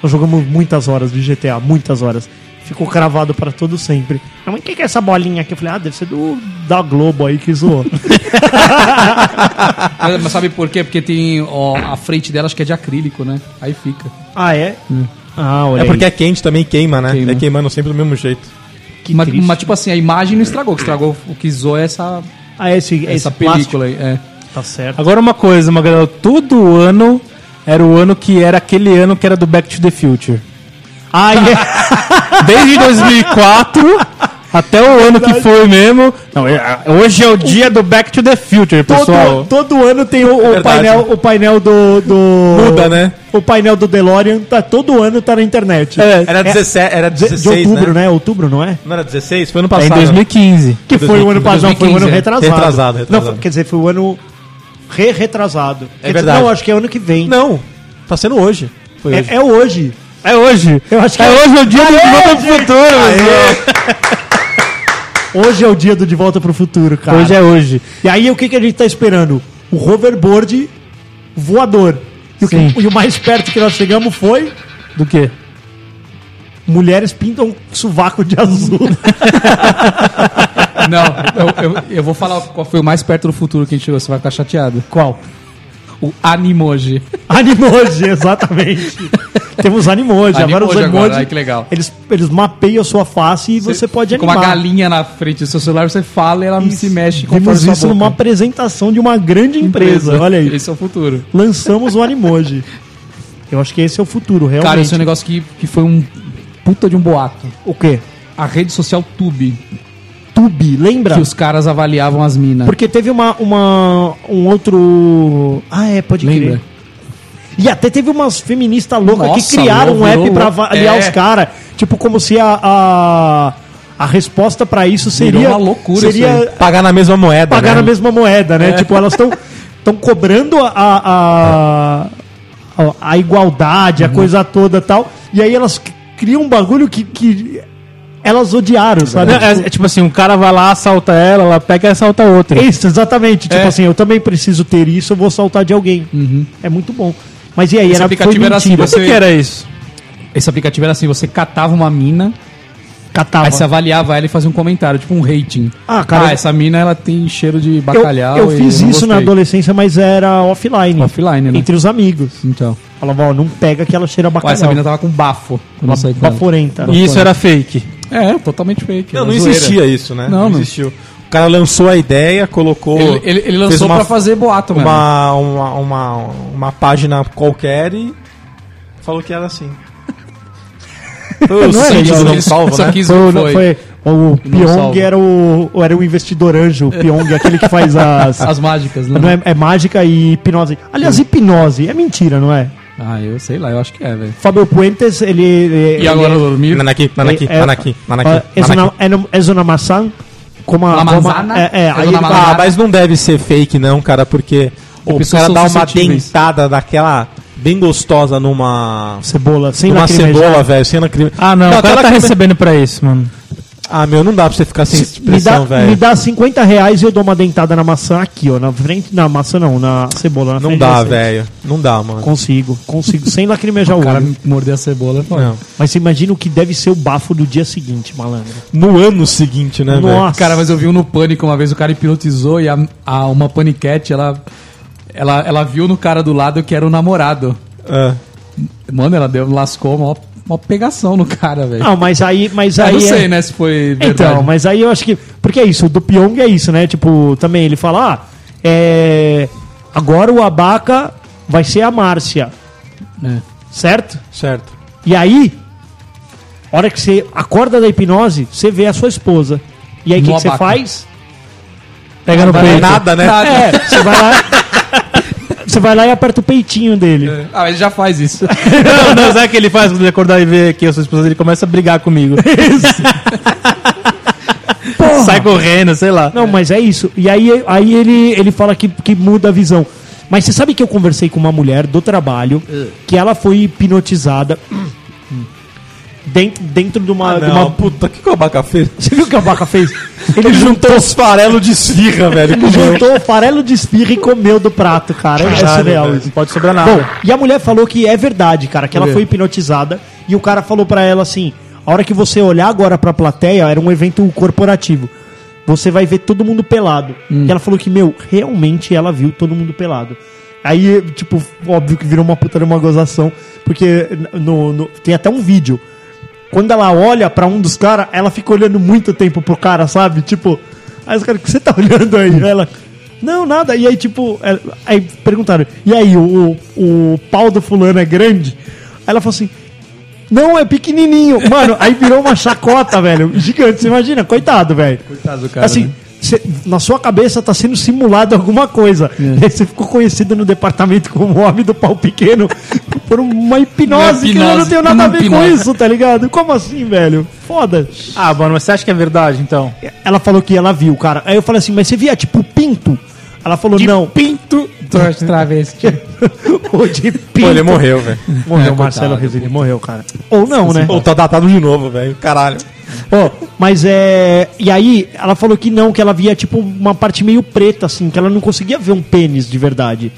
Speaker 3: Nós jogamos muitas horas de GTA, muitas horas. Ficou cravado pra todo sempre. Minha mãe, o que, que é essa bolinha aqui? Eu falei, ah, deve ser do da Globo aí que zoou.
Speaker 4: Ah, Mas sabe por quê? Porque tem ó, a frente dela, acho que é de acrílico, né? Aí fica.
Speaker 3: ah, é? Ah, olha
Speaker 2: É porque
Speaker 3: aí.
Speaker 2: é quente também queima, né?
Speaker 4: Queima.
Speaker 2: É queimando sempre do mesmo jeito.
Speaker 3: Que
Speaker 4: mas,
Speaker 3: triste.
Speaker 4: mas, tipo assim, a imagem não estragou. O que estragou, o que zoou é essa,
Speaker 3: Ah, é esse, é
Speaker 4: essa
Speaker 3: esse plástico.
Speaker 4: película aí. É.
Speaker 3: Tá certo.
Speaker 5: Agora uma coisa, Magalhães, todo ano era o ano que era aquele ano que era do Back to the Future.
Speaker 3: Ah, é.
Speaker 5: Desde 2004 Até o ano que foi mesmo. Não, é- é- hoje é o dia do Back to the Future, pessoal. É
Speaker 3: Todo, todo ano tem o, o
Speaker 2: verdade.
Speaker 3: painel, o painel do, do. é,
Speaker 2: Muda, né?
Speaker 3: O painel do DeLorean tá, todo ano tá na internet.
Speaker 2: Era 17, era
Speaker 3: de,
Speaker 2: 16,
Speaker 3: de outubro,
Speaker 2: né?
Speaker 3: né? Outubro, não é?
Speaker 2: Não era 16? Foi ano
Speaker 5: É
Speaker 2: passado. né?
Speaker 5: em 2015.
Speaker 3: Que foi o ano
Speaker 2: 2015,
Speaker 3: passado, não, foi o ano
Speaker 2: é.
Speaker 3: retrasado.
Speaker 2: Retrasado, retrasado.
Speaker 3: Não, foi- quer dizer, foi o ano re-retrasado. Quer dizer,
Speaker 2: verdade.
Speaker 3: Não, acho que é ano que vem.
Speaker 2: Não, tá sendo hoje. Foi hoje.
Speaker 3: É, é hoje.
Speaker 5: É hoje.
Speaker 3: Eu acho que
Speaker 5: É hoje o dia do De Volta pro Futuro. pessoal.
Speaker 3: hoje é o dia do De Volta pro Futuro, cara.
Speaker 5: Hoje é hoje.
Speaker 3: E aí o que, que a gente tá esperando? O hoverboard voador. E o, que-
Speaker 5: Sim.
Speaker 3: e o mais perto que nós chegamos foi
Speaker 5: Do quê?
Speaker 3: mulheres pintam sovaco de azul.
Speaker 4: Não, eu, eu- eu vou falar qual foi o mais perto do futuro que a gente chegou, você vai ficar chateado.
Speaker 3: Qual?
Speaker 4: O Animoji.
Speaker 3: Animoji, exatamente. Temos animoji. Agora os
Speaker 4: Animoji agora,
Speaker 3: animoji,
Speaker 4: ai, que legal.
Speaker 3: Eles, eles mapeiam a sua face e você pode
Speaker 4: Com
Speaker 3: animar.
Speaker 4: uma galinha na frente do seu celular, você fala e ela se mexe com
Speaker 3: Vimos isso numa apresentação de uma grande empresa. Olha aí.
Speaker 4: Esse é o futuro.
Speaker 3: Lançamos o animoji. Eu acho que esse é o futuro, realmente.
Speaker 4: Cara, esse é um negócio que, que foi um puta de um boato.
Speaker 3: O quê?
Speaker 4: A rede social Tube,
Speaker 3: Tube, lembra?
Speaker 4: que os caras avaliavam as minas.
Speaker 3: Porque teve uma, uma um outro. Ah, é, pode
Speaker 4: Lembra?
Speaker 3: crer. E até teve umas feministas loucas que
Speaker 4: Nossa,
Speaker 3: criaram um
Speaker 4: louco,
Speaker 3: app
Speaker 4: virou
Speaker 3: pra
Speaker 4: louco.
Speaker 3: avaliar
Speaker 4: É.
Speaker 3: os caras. Tipo, como se a, a, a resposta pra isso seria.
Speaker 4: Virou uma loucura
Speaker 3: Seria
Speaker 4: isso É.
Speaker 2: Pagar na mesma moeda.
Speaker 3: pagar
Speaker 2: né?
Speaker 3: a mesma moeda, né? Tipo, elas estão estão cobrando a, a, a, a igualdade,
Speaker 4: Uhum.
Speaker 3: a coisa toda e tal. E aí elas c- criam um bagulho que, que elas odiaram, sabe?
Speaker 5: Não, é, é tipo assim, um cara vai lá, assalta ela, ela pega e assalta outra.
Speaker 3: é, Isso, exatamente.
Speaker 4: É.
Speaker 3: Tipo assim, eu também preciso ter isso, eu vou saltar de alguém. É muito bom. Mas e aí,
Speaker 4: Uhum. Esse
Speaker 3: era,
Speaker 4: aplicativo era assim,
Speaker 3: mentira.
Speaker 4: você-
Speaker 5: O que era isso?
Speaker 4: Esse aplicativo era assim, você catava uma mina,
Speaker 3: Catava.
Speaker 4: aí você avaliava ela e fazia um comentário, tipo um rating.
Speaker 3: Ah, cara,
Speaker 4: Ah, essa mina, ela tem cheiro de
Speaker 3: eu,
Speaker 4: bacalhau
Speaker 3: eu
Speaker 4: e
Speaker 3: fiz
Speaker 4: não
Speaker 3: isso na
Speaker 4: gostei.
Speaker 3: adolescência, mas era offline.
Speaker 4: Offline, né?
Speaker 3: Entre os amigos.
Speaker 4: Então.
Speaker 3: Falava, ó, não pega que ela cheira
Speaker 4: Ó, essa
Speaker 3: bacalhau.
Speaker 4: mina
Speaker 3: tá
Speaker 4: tava com bafo. quando eu saí com ela.
Speaker 3: Baforenta.
Speaker 5: E isso era fake.
Speaker 4: É, totalmente fake.
Speaker 2: Não,
Speaker 4: era
Speaker 2: não
Speaker 4: zoeira.
Speaker 2: existia isso, né?
Speaker 4: Não, não.
Speaker 2: existiu. O cara lançou a ideia, colocou.
Speaker 4: Ele, ele- ele
Speaker 2: fez
Speaker 4: lançou
Speaker 2: uma-
Speaker 4: pra fazer boato, mano.
Speaker 2: uma, uma, uma, uma página qualquer e falou que era assim. Foi o
Speaker 3: Não é
Speaker 2: sítio
Speaker 3: legal,
Speaker 2: do
Speaker 3: né?
Speaker 2: Não Salvo,
Speaker 4: Só
Speaker 2: né?
Speaker 4: que isso
Speaker 3: Foi,
Speaker 4: não
Speaker 3: não,
Speaker 4: foi.
Speaker 3: foi- o Pyong
Speaker 4: salva.
Speaker 3: era o, o- era o investidor anjo, o Pyong, é aquele que faz as.
Speaker 4: As mágicas, né?
Speaker 3: não é, é mágica e hipnose. Aliás, hipnose é mentira, não é?
Speaker 4: Ah, eu sei lá, eu acho que é, velho.
Speaker 3: Fábio Puentes, ele. ele
Speaker 4: E agora dormir?
Speaker 2: Nanaki, Nanaki,
Speaker 3: é-
Speaker 2: Nanaki, Nanaki.
Speaker 3: é, é,
Speaker 2: Nanaki.
Speaker 3: uma- é uma- é uma maçã? Como a.
Speaker 4: La
Speaker 3: como a-
Speaker 4: manzana?
Speaker 3: É, é,
Speaker 4: É
Speaker 3: aí
Speaker 4: uma
Speaker 3: ele
Speaker 4: ma-
Speaker 2: Ah, mas não deve ser fake não, cara, porque o
Speaker 4: pessoas
Speaker 2: cara
Speaker 4: são
Speaker 2: dá uma
Speaker 4: suscetíveis.
Speaker 2: dentada daquela bem gostosa numa
Speaker 3: cebola, sem
Speaker 2: numa
Speaker 3: lacrimejar.
Speaker 2: cebola, velho, sem lacrime.
Speaker 5: Ah, não. o cara
Speaker 2: aquela
Speaker 5: tá
Speaker 2: que-
Speaker 5: recebendo pra isso, mano.
Speaker 2: Ah, meu, não dá pra você ficar sem
Speaker 3: Me dá,
Speaker 2: expressão,
Speaker 3: me
Speaker 2: velho.
Speaker 3: dá 50 reais e eu dou uma dentada na maçã aqui, ó. Na frente. Na maçã não, na cebola. Na
Speaker 2: Não
Speaker 3: frente
Speaker 2: dá,
Speaker 3: dessa.
Speaker 2: velho. Não dá, mano.
Speaker 3: Consigo, consigo. sem lacrimejar o
Speaker 4: O cara
Speaker 3: olho.
Speaker 4: mordeu a cebola. Não.
Speaker 2: Não.
Speaker 3: Mas você imagina o que deve ser o bafo do dia seguinte, malandro.
Speaker 2: No ano seguinte, né, velho?
Speaker 3: Nossa.
Speaker 4: Cara, mas eu vi um no Pânico uma vez, o cara hipnotizou e a, a- uma paniquete, ela, ela, ela viu no cara do lado que era o namorado.
Speaker 2: Ah.
Speaker 4: Mano, ela deu, lascou uma, uma pegação no cara, velho.
Speaker 3: Não, mas aí, mas
Speaker 4: Ah,
Speaker 3: aí
Speaker 4: eu não
Speaker 3: é-
Speaker 4: sei, né, se foi verdade.
Speaker 3: Então, mas aí eu acho que porque é isso, o do Pyong é isso, né? Tipo, também ele fala, ah, é, agora o Abaca vai ser a Márcia,
Speaker 4: É.
Speaker 3: certo?
Speaker 2: Certo.
Speaker 3: E aí, a hora que você acorda da hipnose, você vê a sua esposa. E aí o que,
Speaker 4: No
Speaker 3: que você
Speaker 4: Abaca.
Speaker 3: faz?
Speaker 5: Pega no
Speaker 2: Não é
Speaker 5: peito.
Speaker 2: nada, né?
Speaker 4: Nada.
Speaker 3: É, você vai lá Você vai lá e aperta o peitinho dele.
Speaker 4: Ah, mas ele já faz isso.
Speaker 5: Não, não, sabe o que ele faz quando ele acordar e ver que eu sou esposa? Ele começa a brigar comigo. Sai correndo, sei lá.
Speaker 3: Não, mas é isso. E aí, aí ele, ele fala que, que muda a visão. Mas você sabe que eu conversei com uma mulher do trabalho
Speaker 2: É.
Speaker 3: que ela foi hipnotizada dentro, dentro de
Speaker 2: Ah,
Speaker 3: uma. de uma-
Speaker 2: puta, que que o abaca fez?
Speaker 3: Você viu o que a vaca fez?
Speaker 2: Ele juntou os farelos de esfirra, velho.
Speaker 3: Ele juntou o farelo de esfirra e comeu do prato, cara. é
Speaker 2: Caralho,
Speaker 3: surreal
Speaker 2: velho.
Speaker 3: isso.
Speaker 5: Não pode sobrar nada.
Speaker 3: Bom, e a mulher falou que é verdade, cara, que ela foi hipnotizada e o cara falou pra ela assim: a hora que você olhar agora pra plateia, era um evento corporativo. Você vai ver todo mundo pelado. E ela falou que, meu, realmente ela viu todo mundo pelado. Aí, tipo, óbvio que virou uma puta de uma gozação, porque no, no- tem até um vídeo. Quando ela olha pra um dos caras, ela fica olhando muito tempo pro cara, sabe? Tipo, aí os caras, o que você tá olhando aí? Ela, não, nada. E aí, tipo, ela- aí perguntaram, e aí, o, o pau do fulano é grande? Aí ela falou assim, Não, é pequenininho. Mano, aí virou uma chacota, velho. Gigante, você imagina? Coitado, velho.
Speaker 4: Coitado do cara,
Speaker 3: Assim,
Speaker 4: né?
Speaker 3: cê- na sua cabeça tá sendo simulado alguma coisa.
Speaker 4: É.
Speaker 3: E aí você ficou conhecido no departamento como o homem do pau pequeno por uma hipnose, que
Speaker 4: Uma
Speaker 3: eu não
Speaker 4: hipnose,
Speaker 3: tenho nada a
Speaker 4: uma
Speaker 3: ver com
Speaker 4: hipnose.
Speaker 3: isso, tá ligado? Como assim, velho? Foda.
Speaker 5: Ah, mano, mas você acha que é verdade, então?
Speaker 3: Ela falou que ela viu, cara. Aí eu falei assim, mas você via, tipo, pinto? Ela falou, não.
Speaker 5: Pinto.
Speaker 4: Torte travesti.
Speaker 3: Ou de pinto.
Speaker 2: Pô, ele morreu, velho.
Speaker 3: Morreu,
Speaker 4: É,
Speaker 3: Marcelo
Speaker 4: coitado,
Speaker 3: Rezende, morreu, cara. Ou não, né?
Speaker 2: Pô, tá datado de novo, velho. Caralho.
Speaker 3: Ó, mas é. E aí, ela falou que não, que ela via tipo uma parte meio preta, assim, que ela não conseguia ver um pênis de verdade.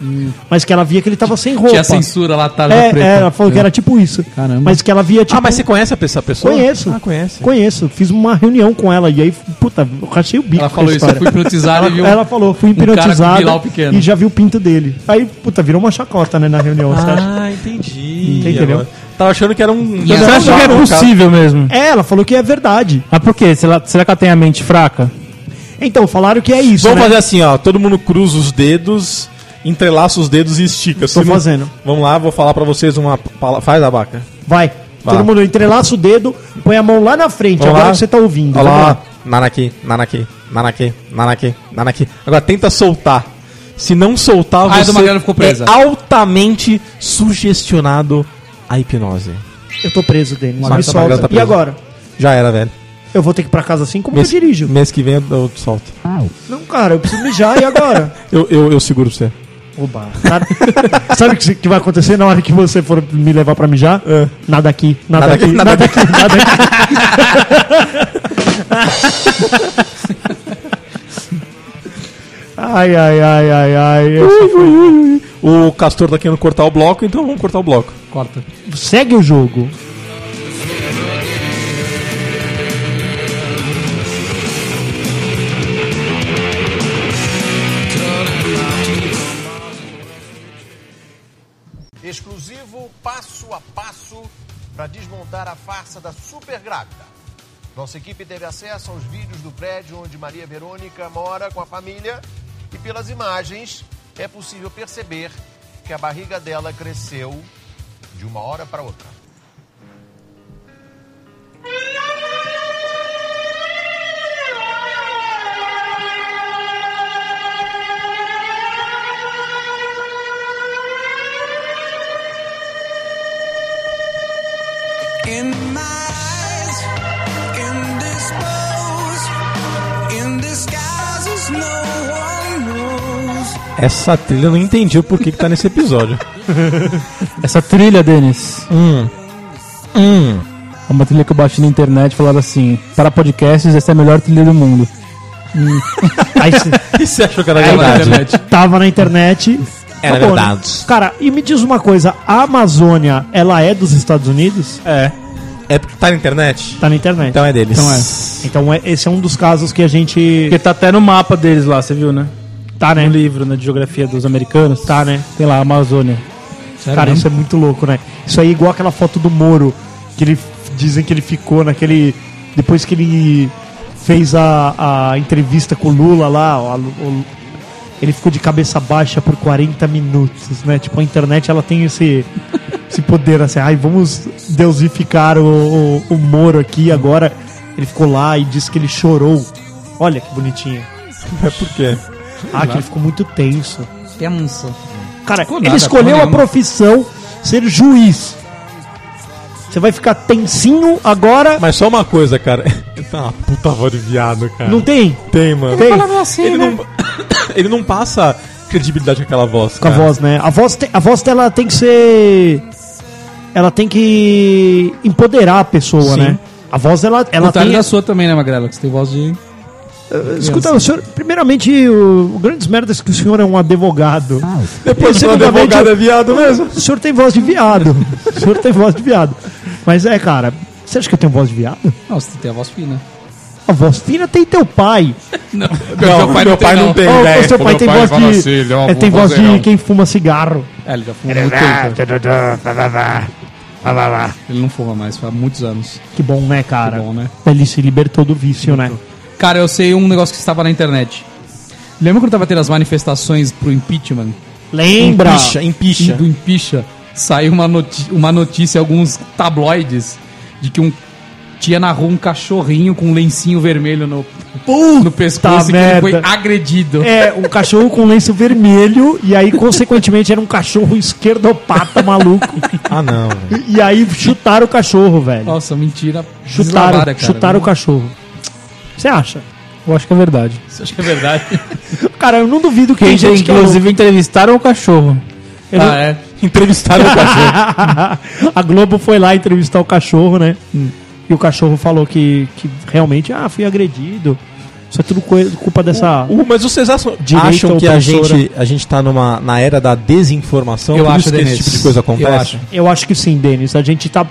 Speaker 3: Mas que ela via que ele tava sem roupa.
Speaker 4: Hum. Tinha censura lá, tá?
Speaker 3: é, é, ela falou que era tipo isso.
Speaker 4: Caramba.
Speaker 3: Mas que ela via tipo.
Speaker 2: Ah, mas você conhece a pe- essa pessoa?
Speaker 3: Conheço.
Speaker 2: Ah, conhece.
Speaker 3: Conheço. Fiz uma reunião com ela e aí, puta, eu rachei o bico.
Speaker 4: Ela
Speaker 3: com a
Speaker 4: falou isso, eu
Speaker 3: história.
Speaker 4: fui hipnotizada e
Speaker 3: Ela,
Speaker 4: viu
Speaker 3: ela falou, fui
Speaker 4: um cara com
Speaker 3: hipnotizada
Speaker 4: bilau pequeno.
Speaker 3: e já vi o pinto dele. Aí, puta, virou uma chacota, né, na reunião, você acha?
Speaker 2: Ah, entendi.
Speaker 3: Entendeu?
Speaker 2: Agora. Tava achando que era um.
Speaker 4: E
Speaker 5: Você
Speaker 4: ela-
Speaker 5: acha que é possível mesmo?
Speaker 3: É, ela falou que é verdade.
Speaker 5: Mas por quê? Será, será que ela tem a mente fraca?
Speaker 3: Então, falaram que é isso.
Speaker 2: Vamos
Speaker 3: né?
Speaker 2: fazer assim, ó. Todo mundo cruza os dedos, entrelaça os dedos e estica.
Speaker 3: Tô
Speaker 2: Se não-
Speaker 3: fazendo.
Speaker 2: Vamos lá, vou falar pra vocês uma. pala- Faz a vaca.
Speaker 3: Vai.
Speaker 2: Vai.
Speaker 3: Todo mundo entrelaça o dedo, põe a mão lá na frente,
Speaker 2: Vamos
Speaker 3: agora
Speaker 2: lá.
Speaker 3: que você tá ouvindo.
Speaker 2: Olha
Speaker 3: Vamos
Speaker 2: lá.
Speaker 3: lá.
Speaker 2: Nanaki, Nanaki, Nanaki, Nanaki, Nanaki. Agora tenta soltar. Se não soltar,
Speaker 4: Ah, a do
Speaker 2: você
Speaker 4: Magrano ficou presa.
Speaker 2: é altamente sugestionado à hipnose.
Speaker 3: Eu tô preso, Denis.
Speaker 2: Marta
Speaker 3: Me
Speaker 2: Magrela
Speaker 3: solta.
Speaker 2: tá
Speaker 3: e
Speaker 2: presa.
Speaker 3: agora?
Speaker 2: Já era, velho.
Speaker 3: Eu vou ter que ir pra casa assim? Como
Speaker 2: Mês,
Speaker 3: que eu dirijo?
Speaker 2: mês que vem eu, eu solto.
Speaker 3: Não, cara, eu preciso mijar, e agora?
Speaker 2: Eu, eu, eu seguro você.
Speaker 3: Oba. Nada- Sabe o que, se- que vai acontecer na hora que você for me levar pra mijar? Nada aqui, nada,
Speaker 2: Nada
Speaker 3: aqui,
Speaker 2: aqui,
Speaker 3: nada,
Speaker 2: nada
Speaker 3: aqui, nada aqui. ai, ai, ai, ai, ai.
Speaker 2: O Castor tá querendo cortar o bloco, então vamos cortar o bloco.
Speaker 4: Corta.
Speaker 3: Segue o jogo.
Speaker 6: Exclusivo passo a passo para desmontar a farsa da super grávida. Nossa equipe teve acesso aos vídeos do prédio onde Maria Verônica mora com a família e pelas imagens é possível perceber que a barriga dela cresceu de uma hora para outra.
Speaker 8: In my eyes, indisposed, in disguises no one knows.
Speaker 2: Essa trilha eu não entendi o porquê que tá nesse episódio.
Speaker 5: Essa trilha, Denis.
Speaker 2: Hum.
Speaker 5: É uma trilha que eu bati na internet falaram assim: para podcasts, essa é a melhor trilha do mundo.
Speaker 3: Aí você
Speaker 2: E você achou que
Speaker 3: É
Speaker 2: era
Speaker 4: Ela
Speaker 2: É verdade? Tá
Speaker 4: internet.
Speaker 3: tava na internet.
Speaker 2: Era
Speaker 3: Acabou, né?
Speaker 2: verdade.
Speaker 3: Cara, e me diz uma coisa, a Amazônia, ela é dos Estados Unidos?
Speaker 2: É. É porque tá na internet?
Speaker 3: Tá na internet.
Speaker 2: Então é deles.
Speaker 4: Então é.
Speaker 3: Então é- esse é um dos casos que a gente
Speaker 5: Porque tá até no mapa deles lá, você viu, né?
Speaker 3: tá, né?
Speaker 5: No livro, né, de geografia dos americanos.
Speaker 3: Tá, né?
Speaker 5: Tem lá, Amazônia.
Speaker 3: Cara, isso é muito louco, né? Isso aí é igual aquela foto do Moro, que ele dizem que ele ficou naquele depois que ele fez a, a entrevista com o Lula lá, o- o- ele ficou de cabeça baixa por 40 minutos, né? Tipo, a internet ela tem esse esse poder assim, ai, vamos deusificar o, o, o Moro aqui agora. Ele ficou lá e disse que ele chorou. Olha que bonitinho.
Speaker 2: É por quê?
Speaker 3: Ah, que ele ficou muito tenso. um
Speaker 4: Pensa.
Speaker 3: Cara,
Speaker 4: Ficou
Speaker 3: ele
Speaker 4: nada,
Speaker 3: escolheu
Speaker 4: porra
Speaker 3: a
Speaker 4: nenhuma.
Speaker 3: profissão ser juiz. Você vai ficar tensinho agora?
Speaker 2: Mas só uma coisa, cara. Tá uma puta voz de viado, cara.
Speaker 3: Não tem?
Speaker 2: tem, mano.
Speaker 3: Tem.
Speaker 2: ele, não... ele não passa credibilidade com aquela voz.
Speaker 3: Com a
Speaker 2: cara.
Speaker 3: voz, né? A voz, te- a voz dela tem que ser. Ela tem que empoderar a pessoa,
Speaker 2: Sim.
Speaker 3: né? A voz, ela, ela
Speaker 4: Ela
Speaker 3: tem. um-
Speaker 4: da sua também, né, Magrela? Que Você tem voz de.
Speaker 3: Escuta, o senhor. Primeiramente, o, o grandes merdas é que o senhor é um advogado.
Speaker 2: Depois
Speaker 3: E,
Speaker 2: quando o
Speaker 3: segundamente,
Speaker 2: advogado é viado mesmo.
Speaker 3: O senhor tem voz de viado. o senhor tem voz de viado. Mas é, cara, você acha que eu tenho voz de viado?
Speaker 4: Não, você tem a voz fina.
Speaker 3: A voz fina tem teu pai.
Speaker 4: Não,
Speaker 2: meu pai não tem, né? não.
Speaker 3: Ô,
Speaker 2: Tem,
Speaker 3: o
Speaker 2: velho.
Speaker 3: seu pai tem voz de. é, tem voz de quem fuma cigarro.
Speaker 4: É, ele já fumou
Speaker 3: Ah,
Speaker 4: muito tempo. Ele não fuma mais, faz muitos anos.
Speaker 3: Que bom, né, cara?
Speaker 4: Que bom, né?
Speaker 3: Ele se libertou do vício, né?
Speaker 4: Cara, eu sei um negócio que estava na internet. Lembra quando tava tendo as manifestações pro impeachment?
Speaker 3: Lembra?
Speaker 2: Empicha, empicha.
Speaker 4: Do impeachment? saiu uma, noti- uma notícia, alguns tabloides, de que um tia narrou um cachorrinho com um lencinho vermelho no, no pescoço
Speaker 3: merda.
Speaker 4: que ele foi agredido.
Speaker 3: É, um cachorro com lenço vermelho, e aí, consequentemente, era um cachorro esquerdopata maluco.
Speaker 2: Ah, não.
Speaker 3: E aí chutaram o cachorro, velho.
Speaker 4: Nossa, mentira.
Speaker 3: chutaram
Speaker 4: deslavada, cara.
Speaker 3: chutaram o cachorro. Você acha?
Speaker 5: Eu acho que é verdade.
Speaker 4: Isso acho que é verdade.
Speaker 3: Cara, eu não duvido que tem gente que é louco.
Speaker 5: inclusive, entrevistaram o cachorro.
Speaker 3: Eu não-
Speaker 4: Ah, é.
Speaker 2: Entrevistaram o cachorro.
Speaker 3: a Globo foi lá entrevistar o cachorro, né? E o cachorro falou que, que realmente, ah, fui agredido. Isso é tudo coi- culpa dessa.
Speaker 2: Uh, mas vocês acham,
Speaker 3: Direita
Speaker 2: acham que a
Speaker 3: opressora.
Speaker 2: gente, a gente tá numa, na era da desinformação?
Speaker 4: Eu
Speaker 2: Por
Speaker 4: acho,
Speaker 2: isso que esse
Speaker 4: Denis.
Speaker 2: tipo de coisa
Speaker 4: Eu
Speaker 2: acontece?
Speaker 4: acho.
Speaker 3: Eu acho que sim, Denis. A gente tá,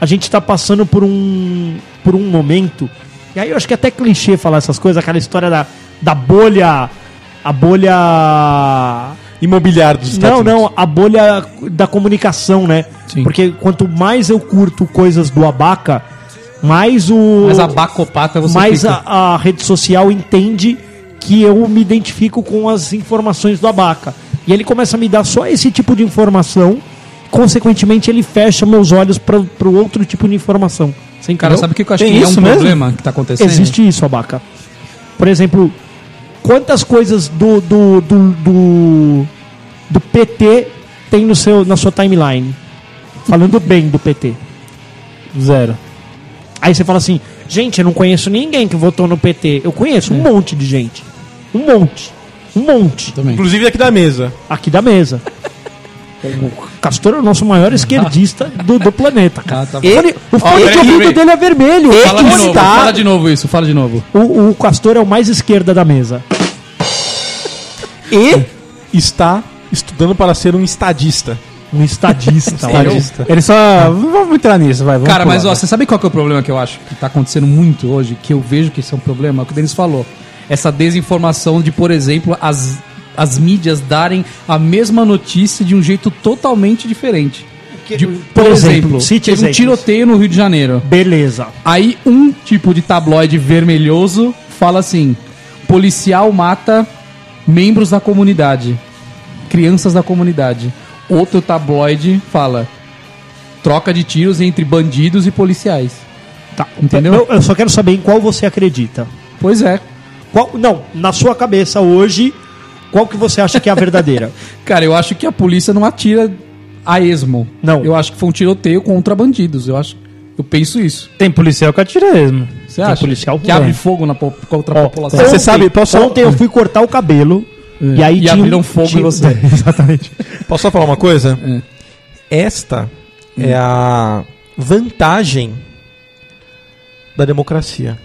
Speaker 3: a gente tá passando por um, por um momento. E aí eu acho que é até clichê falar essas coisas, aquela história da, da bolha. A bolha.
Speaker 2: Imobiliário dos Estados
Speaker 3: Não,
Speaker 2: Unidos.
Speaker 3: não, a bolha da comunicação, né?
Speaker 4: Sim.
Speaker 3: Porque quanto mais eu curto coisas do abaca, mais o.
Speaker 4: Mas a bacopata você
Speaker 3: mais
Speaker 4: fica.
Speaker 3: a, a rede social entende que eu me identifico com as informações do abaca. E ele começa a me dar só esse tipo de informação, consequentemente, ele fecha meus olhos para o outro tipo de informação. Sem
Speaker 4: Cara, sabe o que eu acho
Speaker 5: Tem
Speaker 4: que é um
Speaker 5: isso mesmo?
Speaker 4: problema que tá acontecendo?
Speaker 3: Existe isso, abaca. Por exemplo, quantas coisas do do, do, do, do PT tem no seu, na sua timeline? Falando bem do PT.
Speaker 5: Zero.
Speaker 3: Aí você fala assim, gente, eu não conheço ninguém que votou no PT. Eu conheço
Speaker 4: É.
Speaker 3: um monte de gente. Um monte. Um monte.
Speaker 4: Também.
Speaker 2: Inclusive aqui da mesa.
Speaker 3: Aqui da mesa. O Castor é o nosso maior esquerdista do, do planeta, cara.
Speaker 4: Ah, tá bom.
Speaker 3: Ele- o fone de
Speaker 4: peraí,
Speaker 3: ouvido
Speaker 4: peraí.
Speaker 3: dele é vermelho.
Speaker 4: Fala de
Speaker 3: Ele
Speaker 4: novo,
Speaker 3: está-
Speaker 4: fala de novo isso, fala de novo.
Speaker 3: O, o Castor é o mais esquerda da mesa.
Speaker 2: E está estudando para ser um estadista.
Speaker 3: Um
Speaker 2: é
Speaker 3: estadista. olha.
Speaker 2: Estadista.
Speaker 5: Ele só. Vamos entrar nisso, vai. Vamos
Speaker 4: Cara, mas ó,
Speaker 5: pular,
Speaker 4: você sabe qual que é o problema que eu acho que tá acontecendo muito hoje, que eu vejo que isso é um problema? É o que o Denis falou. Essa desinformação de, por exemplo, as, as mídias darem a mesma notícia de um jeito totalmente diferente. De- por exemplo,
Speaker 3: cite
Speaker 4: teve um
Speaker 3: exemplos.
Speaker 4: tiroteio no Rio de Janeiro.
Speaker 3: Beleza.
Speaker 4: Aí um tipo de tabloide vermelhoso fala assim: policial mata membros da comunidade, crianças da comunidade. Outro tabloide fala: troca de tiros entre bandidos e policiais.
Speaker 3: Tá,
Speaker 4: Entendeu?
Speaker 3: Eu, eu só quero saber em qual você acredita.
Speaker 4: Pois é.
Speaker 3: Qual, não, na sua cabeça hoje, qual que você acha que é a verdadeira?
Speaker 4: Cara, eu acho que a polícia não atira a esmo.
Speaker 3: Não.
Speaker 4: Eu acho que foi um tiroteio contra bandidos. Eu acho. Eu penso isso.
Speaker 5: Tem policial é que atira mesmo.
Speaker 4: Você acha?
Speaker 3: policial é.
Speaker 4: que
Speaker 3: também.
Speaker 4: abre fogo na po- contra a população.
Speaker 2: Você
Speaker 3: Ontem-
Speaker 2: sabe, posso- É.
Speaker 3: Ontem eu fui cortar o cabelo. E aí
Speaker 4: E
Speaker 3: tinha. um-
Speaker 4: abriram fogo
Speaker 3: tinha-
Speaker 4: em você.
Speaker 3: Exatamente.
Speaker 2: Posso só falar uma coisa? Esta é a vantagem da democracia.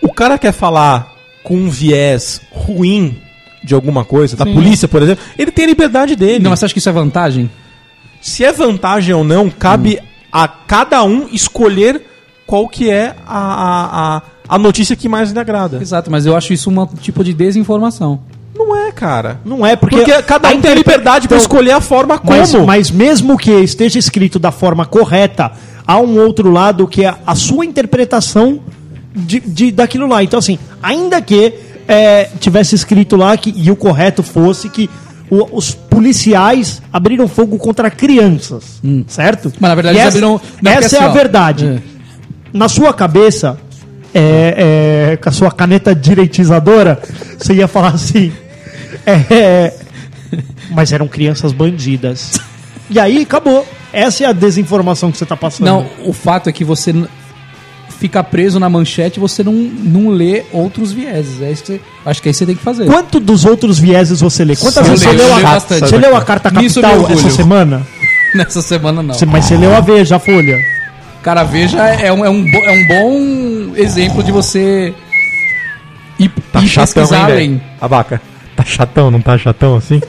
Speaker 2: O cara quer falar com um viés ruim de alguma coisa, da polícia, por exemplo, ele tem a liberdade dele.
Speaker 4: Não, mas você acha que isso é vantagem?
Speaker 2: Se é vantagem ou não, cabe a cada um escolher qual que é a, a, a, a notícia que mais lhe agrada.
Speaker 4: Exato, mas eu acho isso um tipo de desinformação.
Speaker 2: Não é, cara.
Speaker 3: Não é, porque.
Speaker 2: Porque, cada um tem a liberdade pra
Speaker 3: Então,
Speaker 2: escolher a forma como.
Speaker 3: Mas, mas mesmo que esteja escrito da forma correta, há um outro lado que é a sua interpretação de, de- daquilo lá. Então, assim, ainda que é, tivesse escrito lá que, e o correto fosse que o- os policiais abriram fogo contra crianças, certo?
Speaker 4: Hum. Mas, na verdade,
Speaker 3: E
Speaker 4: eles
Speaker 3: essa,
Speaker 4: abriram- não, porque
Speaker 3: essa é
Speaker 4: assim,
Speaker 3: a
Speaker 4: ó,
Speaker 3: verdade.
Speaker 4: é.
Speaker 3: Na sua cabeça, é, é, com a sua caneta direitizadora, você ia falar assim. é, mas eram crianças bandidas. E aí, acabou. Essa é a desinformação que você tá passando.
Speaker 4: Não, o fato é que você n- fica preso na manchete e você não, não lê outros vieses. É isso que você, acho que é isso que você tem que fazer.
Speaker 3: Quanto dos outros vieses você lê? Quantas
Speaker 4: Eu
Speaker 3: vezes você
Speaker 4: leio,
Speaker 3: leu,
Speaker 4: eu leio
Speaker 3: a,
Speaker 4: bastante.
Speaker 3: você leu a Carta
Speaker 4: Nisso me
Speaker 3: Capital
Speaker 4: orgulho.
Speaker 3: essa semana?
Speaker 4: Nessa semana, não.
Speaker 3: Você- mas você leu a Veja, a Folha.
Speaker 4: Cara, veja, é um, é um, bo- é um bom exemplo de você ir,
Speaker 2: Tá
Speaker 3: Tá
Speaker 4: ir pesquisar além.
Speaker 2: Abaca. Tá chatão, não tá chatão assim?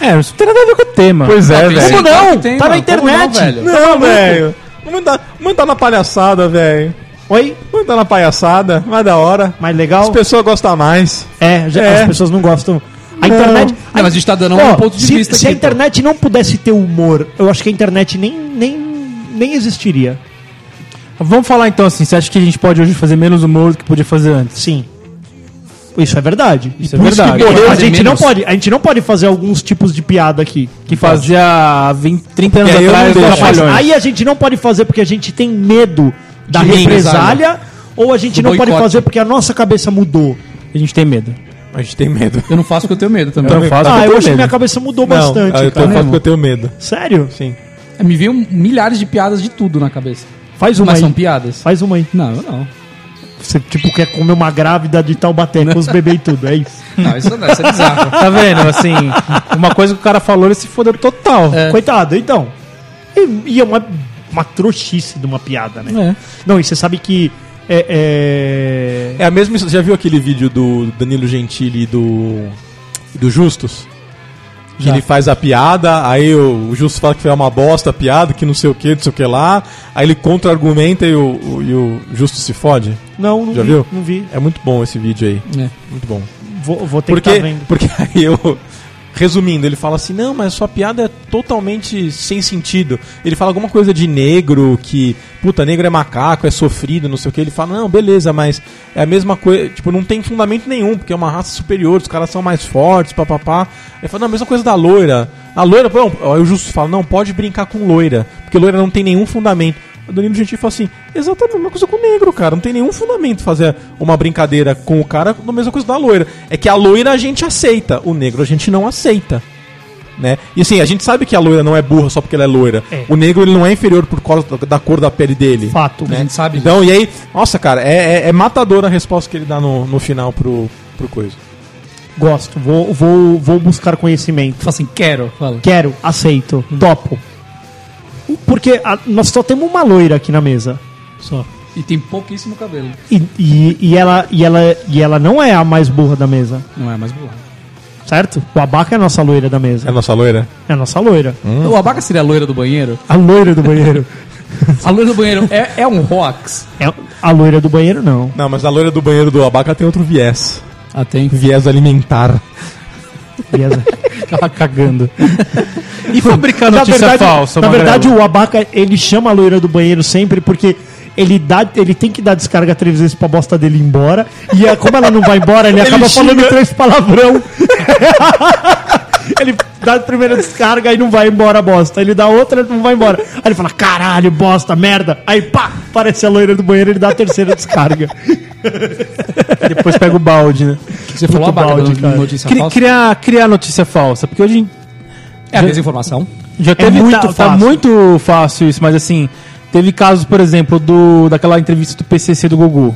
Speaker 5: É, isso não tem nada a ver com o tema.
Speaker 2: Pois é,
Speaker 4: Talvez
Speaker 2: velho.
Speaker 4: sim.
Speaker 3: Como não?
Speaker 4: Tá que tem,
Speaker 3: tá na
Speaker 4: mano. Como
Speaker 3: internet.
Speaker 4: não, velho?
Speaker 2: Não, tá velho. Vamos entrar, vamos entrar na palhaçada, velho.
Speaker 3: Oi?
Speaker 2: Vamos entrar na palhaçada, mais da hora.
Speaker 3: Mais
Speaker 2: As
Speaker 3: legal?
Speaker 2: pessoas gostam mais.
Speaker 3: É, já-
Speaker 2: É.
Speaker 3: as pessoas não gostam. A
Speaker 2: Não.
Speaker 3: internet.
Speaker 4: Não, mas a gente tá dando
Speaker 3: Ó,
Speaker 4: um ponto de
Speaker 3: se,
Speaker 4: vista
Speaker 3: se a
Speaker 4: aqui, pô.
Speaker 3: internet não pudesse ter humor, eu acho que a internet nem, nem, nem existiria.
Speaker 5: Vamos falar então assim, você acha que a gente pode hoje fazer menos humor do que podia fazer antes?
Speaker 3: Sim. Isso é verdade.
Speaker 5: Isso
Speaker 3: E
Speaker 5: é
Speaker 3: por que
Speaker 5: verdade.
Speaker 3: morreu, a
Speaker 4: Fazer
Speaker 3: gente não
Speaker 4: menos.
Speaker 3: pode, a gente não pode fazer alguns tipos de piada aqui.
Speaker 5: Que fazia 20, 30 anos
Speaker 2: E aí eu
Speaker 5: atrás
Speaker 2: não
Speaker 5: dos
Speaker 2: deixo.
Speaker 5: Trapalhões.
Speaker 3: Aí a gente não pode fazer porque a gente tem medo da
Speaker 4: De
Speaker 3: represália, ou a gente
Speaker 4: Do
Speaker 3: não pode
Speaker 4: boicote.
Speaker 3: fazer porque a nossa cabeça mudou.
Speaker 5: A gente tem medo.
Speaker 2: A gente tem medo.
Speaker 4: Eu não faço porque eu tenho medo também.
Speaker 5: Então faz
Speaker 3: ah,
Speaker 5: que eu
Speaker 3: eu
Speaker 5: tenho
Speaker 3: acho que
Speaker 5: medo.
Speaker 3: minha cabeça mudou bastante.
Speaker 2: eu,
Speaker 3: cara.
Speaker 2: tô, porque eu tenho medo.
Speaker 3: Sério?
Speaker 2: Sim.
Speaker 4: Me veio milhares de piadas de tudo na cabeça.
Speaker 3: Faz uma
Speaker 4: Mas
Speaker 3: aí.
Speaker 4: são piadas?
Speaker 3: Faz uma aí.
Speaker 4: Não, eu não.
Speaker 3: Você, tipo, quer comer uma grávida de Taubaté com os bebês e tudo, é isso.
Speaker 4: Não, isso não, isso é bizarro.
Speaker 5: Tá vendo? Assim, uma coisa que o cara falou, ele se fodeu total.
Speaker 4: É.
Speaker 3: Coitado, então. E, e é uma, uma trouxice de uma piada, né?
Speaker 4: É.
Speaker 3: Não, e você sabe que... É, é-
Speaker 2: É a mesma. Já viu aquele vídeo do Danilo Gentili e do. do Justus? Que ele faz a piada, aí o, o Justus fala que foi uma bosta a piada, que não sei o que, não sei o que lá. Aí ele contra-argumenta e o, o- e o Justus se fode.
Speaker 3: Não, não
Speaker 2: É. Já
Speaker 3: vi,
Speaker 2: viu?
Speaker 3: Não vi.
Speaker 2: É muito bom esse vídeo aí.
Speaker 4: É.
Speaker 2: Muito bom.
Speaker 3: Vou, vou tentar
Speaker 2: Porque,
Speaker 3: tá vendo.
Speaker 2: porque aí eu. Resumindo, ele fala assim: não, mas sua piada é totalmente sem sentido. Ele fala alguma coisa de negro, que puta, negro é macaco, é sofrido, não sei o que. Ele fala: não, beleza, mas é a mesma coisa. Tipo, não tem fundamento nenhum, porque é uma raça superior, os caras são mais fortes, papapá. Ele fala: não, a mesma coisa da loira. A loira, pô, aí o Justo fala: não, pode brincar com loira, porque loira não tem nenhum fundamento. O Danilo Gentili fala assim: exatamente a mesma coisa com o negro, cara. Não tem nenhum fundamento fazer uma brincadeira com o cara na mesma coisa da loira. É que a loira a gente aceita, o negro a gente não aceita. Né? E assim, a gente sabe que a loira não é burra só porque ela é loira.
Speaker 3: É.
Speaker 2: O negro ele não é inferior por causa da, da cor da pele dele.
Speaker 3: Fato.
Speaker 4: A gente sabe né? disso.
Speaker 2: Então, e aí, nossa, cara, é, é, é matadora a resposta que ele dá no, no final pro, pro coisa.
Speaker 3: Gosto. Vou, vou, vou buscar conhecimento.
Speaker 4: Fala assim, quero. Fala.
Speaker 3: Quero, aceito, topo. Porque a- nós só temos uma loira aqui na mesa. Só.
Speaker 4: E tem pouquíssimo cabelo.
Speaker 3: E, e, e ela, e, ela, e ela não é a mais burra da mesa,
Speaker 4: Não é mais burro.
Speaker 3: certo? O abaca é a nossa loira da
Speaker 2: É a
Speaker 3: mesa.
Speaker 2: nossa loira?
Speaker 3: É a nossa loira.
Speaker 4: O abaca seria a loira do banheiro?
Speaker 3: A loira do banheiro.
Speaker 4: A loira do banheiro é, é um rox?
Speaker 3: É, a loira do banheiro, não.
Speaker 2: Não, mas a loira do banheiro do abaca tem outro viés.
Speaker 4: Ah, tem.
Speaker 2: Viés alimentar.
Speaker 3: E essa-
Speaker 5: Tava cagando. E fabricar
Speaker 3: na
Speaker 5: notícia
Speaker 3: verdade,
Speaker 5: falsa,
Speaker 3: na
Speaker 5: Magrelo?
Speaker 3: verdade, o abaca, ele chama a loira do banheiro sempre porque ele, dá, ele tem que dar descarga três vezes pra bosta dele ir embora. E é- como ela não vai embora, ele, acaba falando três palavrão. ele dá a primeira descarga e não vai embora a bosta. Ele dá outra e não vai embora. Aí ele fala, caralho, bosta, merda. Aí pá, parece a loira do banheiro, ele dá a terceira descarga.
Speaker 5: Depois pega o balde, né?
Speaker 4: Você falou
Speaker 3: Muito
Speaker 4: abaca
Speaker 3: balde,
Speaker 4: do-
Speaker 3: cara.
Speaker 4: notícia
Speaker 5: Cri-
Speaker 4: falsa?
Speaker 5: criar, criar notícia falsa, porque hoje em-
Speaker 4: É a desinformação.
Speaker 5: já teve
Speaker 3: muito
Speaker 5: tá, tá
Speaker 3: fácil.
Speaker 5: muito fácil isso, mas assim, teve casos, por exemplo, do daquela entrevista do PCC do Gugu.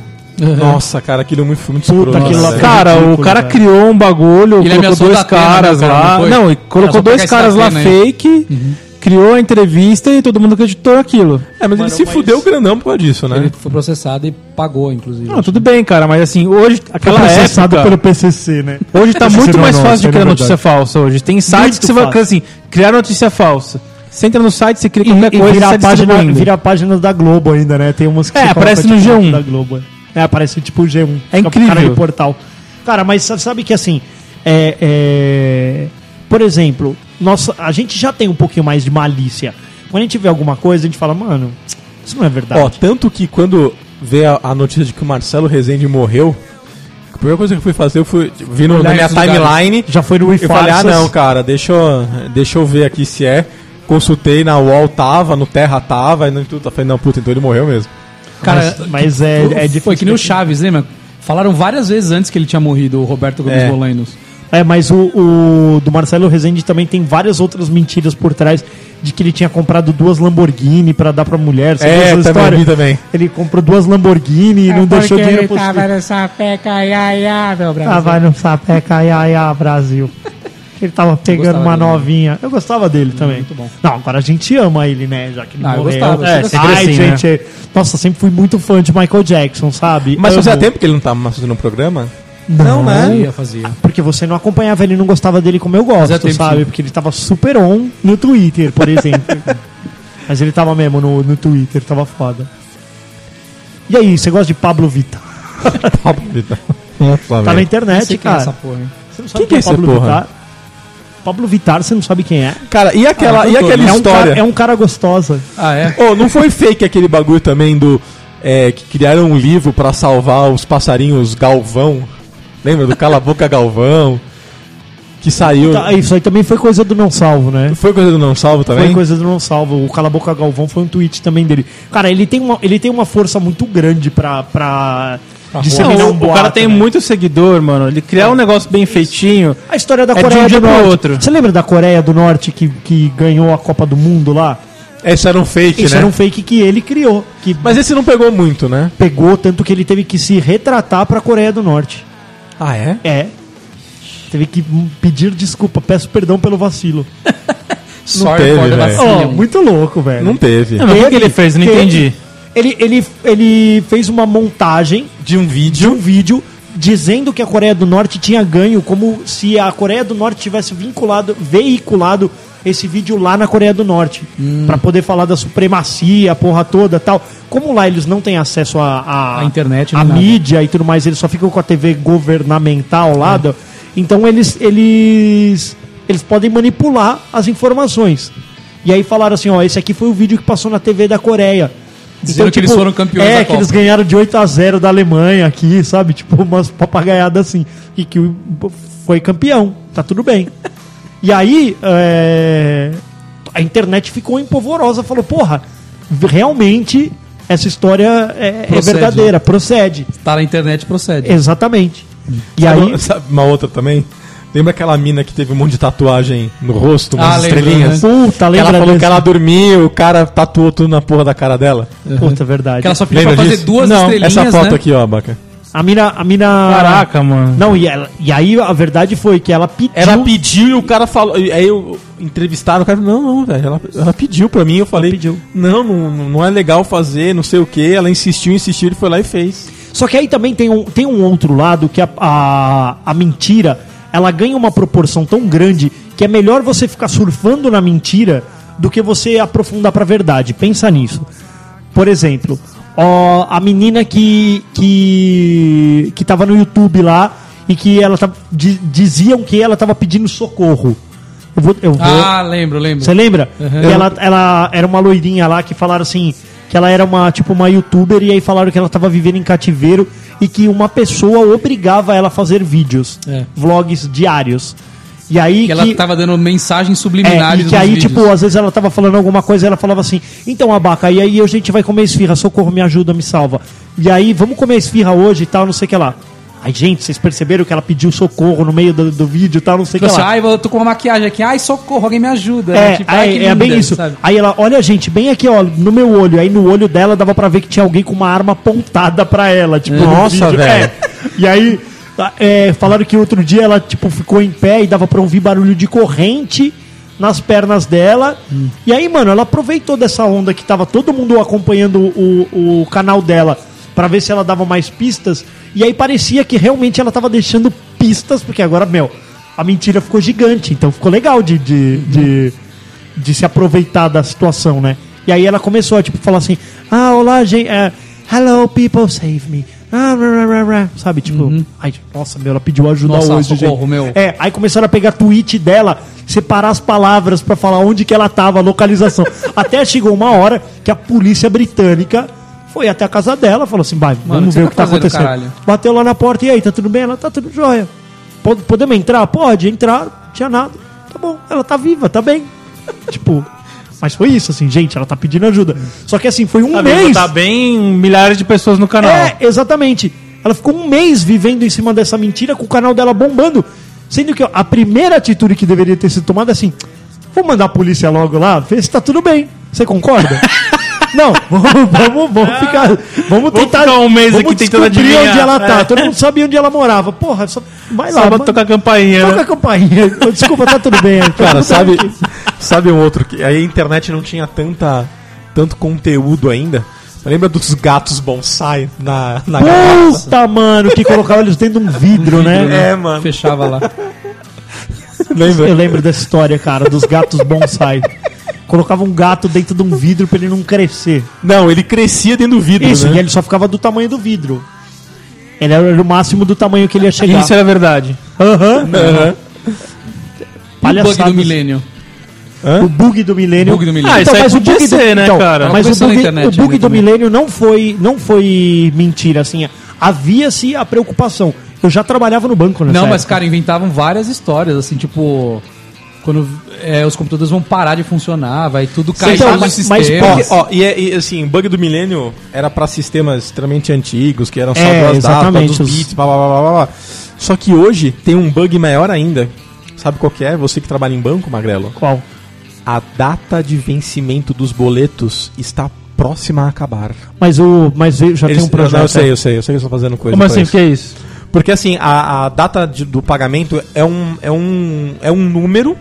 Speaker 2: Nossa, cara, aquilo é muito, muito
Speaker 3: Puta,
Speaker 2: escroto,
Speaker 3: aquilo lá-
Speaker 2: velho.
Speaker 5: Cara,
Speaker 3: ridículo,
Speaker 5: o cara
Speaker 3: velho.
Speaker 5: criou um bagulho,
Speaker 4: Ele
Speaker 5: colocou
Speaker 4: ameaçou
Speaker 5: dois
Speaker 4: da Atena,
Speaker 5: caras
Speaker 4: né, cara,
Speaker 5: lá.
Speaker 4: não foi?
Speaker 5: Não, e
Speaker 4: Ah, só
Speaker 5: colocou
Speaker 4: pegar
Speaker 5: dois
Speaker 4: esse
Speaker 5: caras
Speaker 4: da
Speaker 5: lá
Speaker 4: Atena aí. Uhum.
Speaker 5: fake, criou a entrevista e todo mundo acreditou aquilo.
Speaker 2: É, mas ele se fudeu grandão por causa disso, né?
Speaker 4: Ele foi processado e pagou, inclusive.
Speaker 5: Não, tudo bem, cara, mas assim, hoje, aquela
Speaker 3: É processado
Speaker 5: época,
Speaker 3: pelo PCC, né?
Speaker 5: hoje tá
Speaker 3: Esse
Speaker 5: muito
Speaker 3: não,
Speaker 5: mais
Speaker 3: não,
Speaker 5: fácil
Speaker 3: esse
Speaker 5: de criar
Speaker 3: não é
Speaker 5: notícia falsa hoje. Tem sites
Speaker 3: Muito
Speaker 5: que você vai,
Speaker 3: fácil.
Speaker 5: assim, criar notícia falsa. Você entra no site, você cria
Speaker 3: E,
Speaker 5: qualquer
Speaker 3: e
Speaker 5: coisa,
Speaker 3: vira,
Speaker 5: você
Speaker 3: a página,
Speaker 5: distribuindo.
Speaker 3: vira a página da Globo ainda, né? Tem umas que
Speaker 5: É,
Speaker 3: você coloca,
Speaker 5: aparece no
Speaker 3: tipo,
Speaker 5: G1.
Speaker 3: Da Globo. É, aparece tipo o G1.
Speaker 5: É
Speaker 3: Fica pro Cara
Speaker 5: incrível.
Speaker 3: de portal. Cara, mas sa- sabe que assim, é, é, por exemplo, nossa, a gente já tem um pouquinho mais de malícia. Quando a gente vê alguma coisa, a gente fala, mano, isso não é verdade.
Speaker 2: Ó, tanto que quando vê a, a notícia de que o Marcelo Rezende morreu, a primeira coisa que eu fui fazer, eu fui vi no, na
Speaker 4: Olhar
Speaker 2: minha
Speaker 4: esses lugares.
Speaker 2: timeline.
Speaker 3: já foi no
Speaker 2: Eu falei, ah
Speaker 3: Ifarsas.
Speaker 2: não, cara, deixa eu, deixa eu ver aqui se é. Consultei na UOL tava, no Terra tava, e no tudo. Eu Falei, não, puta, então ele morreu mesmo.
Speaker 4: Cara,
Speaker 3: mas, mas é, é difícil.
Speaker 4: Foi que nem o Chaves, lembra? Falaram várias vezes antes que ele tinha morrido, o Roberto Gomes
Speaker 2: É.
Speaker 4: Bolainos.
Speaker 3: É, mas o, o do Marcelo Rezende também tem várias outras mentiras por trás de que ele tinha comprado duas Lamborghini pra dar pra mulher. Você viu
Speaker 2: É,
Speaker 3: essa
Speaker 2: também
Speaker 3: história?
Speaker 2: vi também.
Speaker 3: Ele comprou duas Lamborghini
Speaker 9: É
Speaker 3: e não deixou dinheiro pro filho.
Speaker 9: no sapeca, ia, ia, meu Brasil.
Speaker 3: Ah, vai no sapeca, ia, ia, Brasil. Ele tava pegando
Speaker 4: gostava
Speaker 3: uma
Speaker 4: dele, né? Hum,
Speaker 3: novinha. Eu gostava dele também.
Speaker 4: muito bom.
Speaker 3: Não, agora a gente ama ele, né? Já que ele
Speaker 4: Ah, eu
Speaker 3: morreu.
Speaker 4: gostava,
Speaker 3: É,
Speaker 4: eu
Speaker 5: sempre
Speaker 3: Ai,
Speaker 5: assim,
Speaker 3: gente. é- Nossa, sempre fui muito fã de Michael Jackson, sabe?
Speaker 2: Mas
Speaker 3: Amo.
Speaker 2: fazia tempo que ele não tava mais fazendo um programa?
Speaker 3: Não, né?
Speaker 4: Fazia, fazia.
Speaker 3: Porque você não acompanhava ele, não gostava dele como eu gosto,
Speaker 4: Fazia tempo,
Speaker 3: sabe?
Speaker 4: sim.
Speaker 3: Porque ele tava super on no Twitter, por exemplo. Mas ele tava mesmo no, no Twitter, tava foda. E aí, você gosta de Pablo Vittar?
Speaker 2: Pablo Vittar. Nossa,
Speaker 3: Tá na
Speaker 2: velho.
Speaker 4: Nem
Speaker 3: internet,
Speaker 4: sei quem é essa
Speaker 3: cara.
Speaker 4: porra, hein?
Speaker 3: Você não sabe
Speaker 2: Quem que é esse porra?
Speaker 3: Vittar? Pablo Vittar, você não sabe quem é?
Speaker 2: Cara, e aquela, e aquela
Speaker 3: é, um
Speaker 2: história?
Speaker 3: cara, é um cara gostosa.
Speaker 4: Ah, é?
Speaker 2: Ô, não foi fake aquele bagulho também do. é, que criaram um livro pra salvar os passarinhos Galvão? Lembra do Cala a Boca Galvão? Que saiu.
Speaker 3: Tá, isso aí também foi coisa do não salvo, né?
Speaker 2: Foi coisa do Não Salvo também?
Speaker 3: Foi coisa do não salvo. O Cala a Boca Galvão foi um tweet também dele. Cara, ele tem uma, ele tem uma força muito grande pra, pra disseminar
Speaker 5: Não,
Speaker 3: um
Speaker 5: o,
Speaker 3: boato. É.
Speaker 5: o cara tem
Speaker 3: né?
Speaker 5: muito seguidor, mano. Ele criar um negócio bem feitinho.
Speaker 3: A história da
Speaker 5: É de um
Speaker 3: Coreia
Speaker 5: dia
Speaker 3: do
Speaker 5: pro
Speaker 3: Norte.
Speaker 5: outro.
Speaker 3: Você lembra da Coreia do Norte que, que ganhou a Copa do Mundo lá?
Speaker 2: Esse era um fake,
Speaker 3: Isso
Speaker 2: né?
Speaker 3: era um fake que ele criou, que
Speaker 2: Mas
Speaker 5: é-
Speaker 2: esse não pegou muito, né?
Speaker 3: pegou tanto que ele teve que se retratar pra Coreia do Norte.
Speaker 2: Ah, é?
Speaker 3: É. Teve que pedir desculpa, peço perdão pelo vacilo.
Speaker 4: Sorry
Speaker 2: teve,
Speaker 4: for the
Speaker 2: velho.
Speaker 4: vacilo.
Speaker 3: Ó, muito louco, velho.
Speaker 2: Não teve.
Speaker 5: Não, mas o que, que ele fez? Eu não
Speaker 3: Teve-
Speaker 5: entendi.
Speaker 3: Ele, ele, ele fez uma montagem
Speaker 2: De um
Speaker 3: de
Speaker 2: vídeo.
Speaker 3: um vídeo dizendo que a Coreia do Norte tinha ganho, como se a Coreia do Norte tivesse vinculado, veiculado esse vídeo lá na Coreia do Norte,
Speaker 4: Hum.
Speaker 3: Pra poder falar da supremacia, a porra toda, tal. Como lá eles não têm acesso à
Speaker 4: À Tá internet,
Speaker 3: à
Speaker 4: nem nada.
Speaker 3: mídia e tudo mais, eles só ficam com a TV governamental lá,
Speaker 4: É.
Speaker 3: do- então eles eles eles podem manipular as informações. E aí falaram assim, ó, esse aqui foi o vídeo que passou na TV da Coreia.
Speaker 4: Dizendo que eles foram campeões
Speaker 3: É,
Speaker 4: da
Speaker 3: que
Speaker 4: Copa.
Speaker 3: eles ganharam de 8 a 0 da Alemanha aqui, sabe? Tipo, umas papagaiadas assim. E que o- foi campeão, tá tudo bem. E aí, é, a internet ficou empolvorosa, falou, porra, realmente essa história é, é
Speaker 4: Procede.
Speaker 3: verdadeira, procede.
Speaker 4: Tá na internet, procede.
Speaker 3: Exatamente. E aí,
Speaker 2: Sabe uma outra também? Lembra aquela mina que teve um monte de tatuagem no rosto, umas
Speaker 4: Ah, lembro,
Speaker 2: estrelinhas?
Speaker 3: puta,
Speaker 2: Que
Speaker 3: lembra
Speaker 2: ela falou
Speaker 3: disso?
Speaker 2: que ela dormiu, o cara tatuou tudo na porra da cara dela.
Speaker 3: Puta, é verdade.
Speaker 4: Que ela só pediu pra fazer duas
Speaker 2: Não,
Speaker 4: estrelinhas,
Speaker 2: essa foto
Speaker 4: né?
Speaker 2: aqui, ó, Baca.
Speaker 3: A mina... A mina...
Speaker 5: Caraca, mano.
Speaker 3: Não, e, ela, e aí a verdade foi que ela pediu...
Speaker 2: Ela pediu e o cara falou. e Aí eu entrevistaram o cara. Não, não, velho. Ela, ela pediu pra mim. Eu falei.
Speaker 3: pediu.
Speaker 2: Não, não, não é legal fazer, não sei o que. Ela insistiu, insistiu. Ele foi lá e fez.
Speaker 3: Só que aí também tem um, tem um outro lado que a, a, a mentira ela ganha uma proporção tão grande que é melhor você ficar surfando na mentira do que você aprofundar pra verdade. Pensa nisso. Por exemplo, ó, a menina que, que que tava no YouTube lá e que ela tá, di- diziam que ela tava pedindo socorro. Eu vou, eu vou,
Speaker 4: Ah, lembro, lembro.
Speaker 3: você lembra? Que ela, ela era uma loirinha lá que falaram assim. Que ela era uma, tipo, uma youtuber e aí falaram que ela tava vivendo em cativeiro e que uma pessoa obrigava ela a fazer vídeos,
Speaker 4: É.
Speaker 3: vlogs diários. E aí
Speaker 4: Que ela tava dando mensagens
Speaker 3: é,
Speaker 4: subliminares
Speaker 3: e que aí,
Speaker 4: nos vídeos.
Speaker 3: tipo, às vezes ela tava falando alguma coisa e ela falava assim: então, abaca, e aí a gente vai comer esfirra, socorro, me ajuda, me salva. E aí, vamos comer esfirra hoje e tal, não sei o que lá. Ai, gente, vocês perceberam que ela pediu socorrou no meio do, do vídeo e tal, não sei o
Speaker 4: Tipo
Speaker 3: que
Speaker 4: assim,
Speaker 3: lá.
Speaker 4: ai, eu tô com uma maquiagem aqui, ai, socorro, alguém me ajuda. né?
Speaker 3: É,
Speaker 4: Tipo, ai,
Speaker 3: aí,
Speaker 4: que
Speaker 3: é
Speaker 4: linda,
Speaker 3: bem isso.
Speaker 4: sabe?
Speaker 3: Aí ela, olha, gente, bem aqui, ó, no meu olho. Aí no olho dela dava pra ver que tinha alguém com uma arma apontada pra ela. Tipo, no
Speaker 2: Nossa,
Speaker 3: vídeo.
Speaker 2: velho.
Speaker 3: É. E aí, tá, é, falaram que outro dia ela, tipo, ficou em pé e dava pra ouvir barulho de corrente nas pernas dela. E aí, mano, ela aproveitou dessa onda que tava todo mundo acompanhando o, o canal dela pra ver se ela dava mais pistas. E aí parecia que realmente ela tava deixando pistas, porque agora, meu, a mentira ficou gigante. Então ficou legal de- de- de de se aproveitar da situação, né? E aí ela começou a, tipo, falar assim, ah, olá, gente, é, hello, people, save me. Ah, rá, rá, rá, rá. Sabe, tipo, ai, nossa, meu, ela pediu ajuda
Speaker 4: Uhum. Nossa,
Speaker 3: hoje,
Speaker 4: socorro,
Speaker 3: gente.
Speaker 4: meu.
Speaker 3: É, aí começaram a pegar tweet dela, separar as palavras pra falar onde que ela tava, a localização. até chegou uma hora que a polícia britânica foi até a casa dela, falou assim, vai,
Speaker 4: Mano, o
Speaker 3: vamos
Speaker 4: que
Speaker 3: ver
Speaker 4: você
Speaker 3: o que
Speaker 4: tá
Speaker 3: tá
Speaker 4: fazendo,
Speaker 3: acontecendo.
Speaker 4: caralho?
Speaker 3: Bateu lá na porta, e aí, tá tudo bem? Ela, tá tudo jóia. Pod- Podemos entrar? Pode, entraram, não tinha nada. Tá bom, ela tá viva, tá bem. tipo, mas foi isso, assim, gente, ela tá pedindo ajuda. Só que assim, foi um
Speaker 5: Tá
Speaker 3: mês.
Speaker 5: bem, tá bem milhares de pessoas no canal.
Speaker 3: É, exatamente. Ela ficou um mês vivendo em cima dessa mentira com o canal dela bombando. Sendo que ó, a primeira atitude que deveria ter sido tomada é assim: vou mandar a polícia logo lá, ver se tá tudo bem. Você concorda? Não, vamos, vamos, vamos ficar. Vamos tentar.
Speaker 5: ficar um mês
Speaker 3: vamos
Speaker 5: aqui tentando
Speaker 3: descobrir
Speaker 5: adivinhar.
Speaker 3: onde ela tá.
Speaker 5: É.
Speaker 3: Todo mundo sabia onde ela morava. Porra, só vai lá.
Speaker 5: Só
Speaker 3: mano.
Speaker 5: pra tocar a campainha. né?
Speaker 3: Toca a campainha. Desculpa, tá tudo bem.
Speaker 2: Cara, sabe, sabe um outro que aí a internet não tinha tanta tanto conteúdo ainda. Lembra dos gatos bonsai na na garrafa?
Speaker 3: Puta, mano, que colocava eles dentro de um vidro, né?
Speaker 2: É, mano.
Speaker 4: Fechava lá.
Speaker 3: Eu
Speaker 2: Lembra?
Speaker 3: lembro dessa história, cara, dos gatos bonsai. Colocava um gato dentro de um vidro pra ele não crescer.
Speaker 2: Não, ele crescia dentro do vidro,
Speaker 3: Isso,
Speaker 2: né?
Speaker 3: e ele só ficava do tamanho do vidro. Ele era o máximo do tamanho que ele ia chegar.
Speaker 5: Isso era verdade.
Speaker 3: Aham.
Speaker 2: Aham.
Speaker 4: o bug do
Speaker 3: Palhaçadas.
Speaker 4: milênio.
Speaker 3: O bug do milênio. Então,
Speaker 4: Bug do milênio.
Speaker 5: Ah, isso aí
Speaker 3: mas o
Speaker 5: podia
Speaker 3: bug
Speaker 5: ser,
Speaker 3: do,
Speaker 5: né,
Speaker 3: então,
Speaker 5: cara?
Speaker 3: Mas o
Speaker 4: Começou na
Speaker 3: bug,
Speaker 4: internet,
Speaker 3: o bug
Speaker 4: né,
Speaker 3: do
Speaker 4: também.
Speaker 3: milênio não foi, não foi mentira, assim. Havia-se a preocupação. Eu já trabalhava no banco, né?
Speaker 4: Não, mas, cara, inventavam várias histórias, assim, tipo. Quando é, os computadores vão parar de funcionar, vai tudo cair
Speaker 3: Então,
Speaker 4: no
Speaker 3: mas-
Speaker 4: sistema.
Speaker 3: mas
Speaker 2: Ó, ó, e, é- e, assim, bug do milênio era pra sistemas extremamente antigos, que eram só
Speaker 3: É,
Speaker 2: duas datas,
Speaker 3: exatamente,
Speaker 2: dos
Speaker 3: os-
Speaker 2: bits, blá, blá, blá, blá, blá. Só que hoje tem um bug maior ainda. Sabe qual que é? Você que trabalha em banco, Magrelo.
Speaker 3: Qual?
Speaker 2: A data de vencimento dos boletos está próxima a acabar.
Speaker 3: Mas, o, mas eu já
Speaker 2: Eles-
Speaker 3: tem um projeto.
Speaker 2: eu sei, eu sei, eu sei que eles estão fazendo coisa.
Speaker 5: Como
Speaker 2: pra
Speaker 5: assim? O
Speaker 2: isso.
Speaker 5: que é isso?
Speaker 2: Porque assim, a, a data de- do pagamento é um, é, um, é um número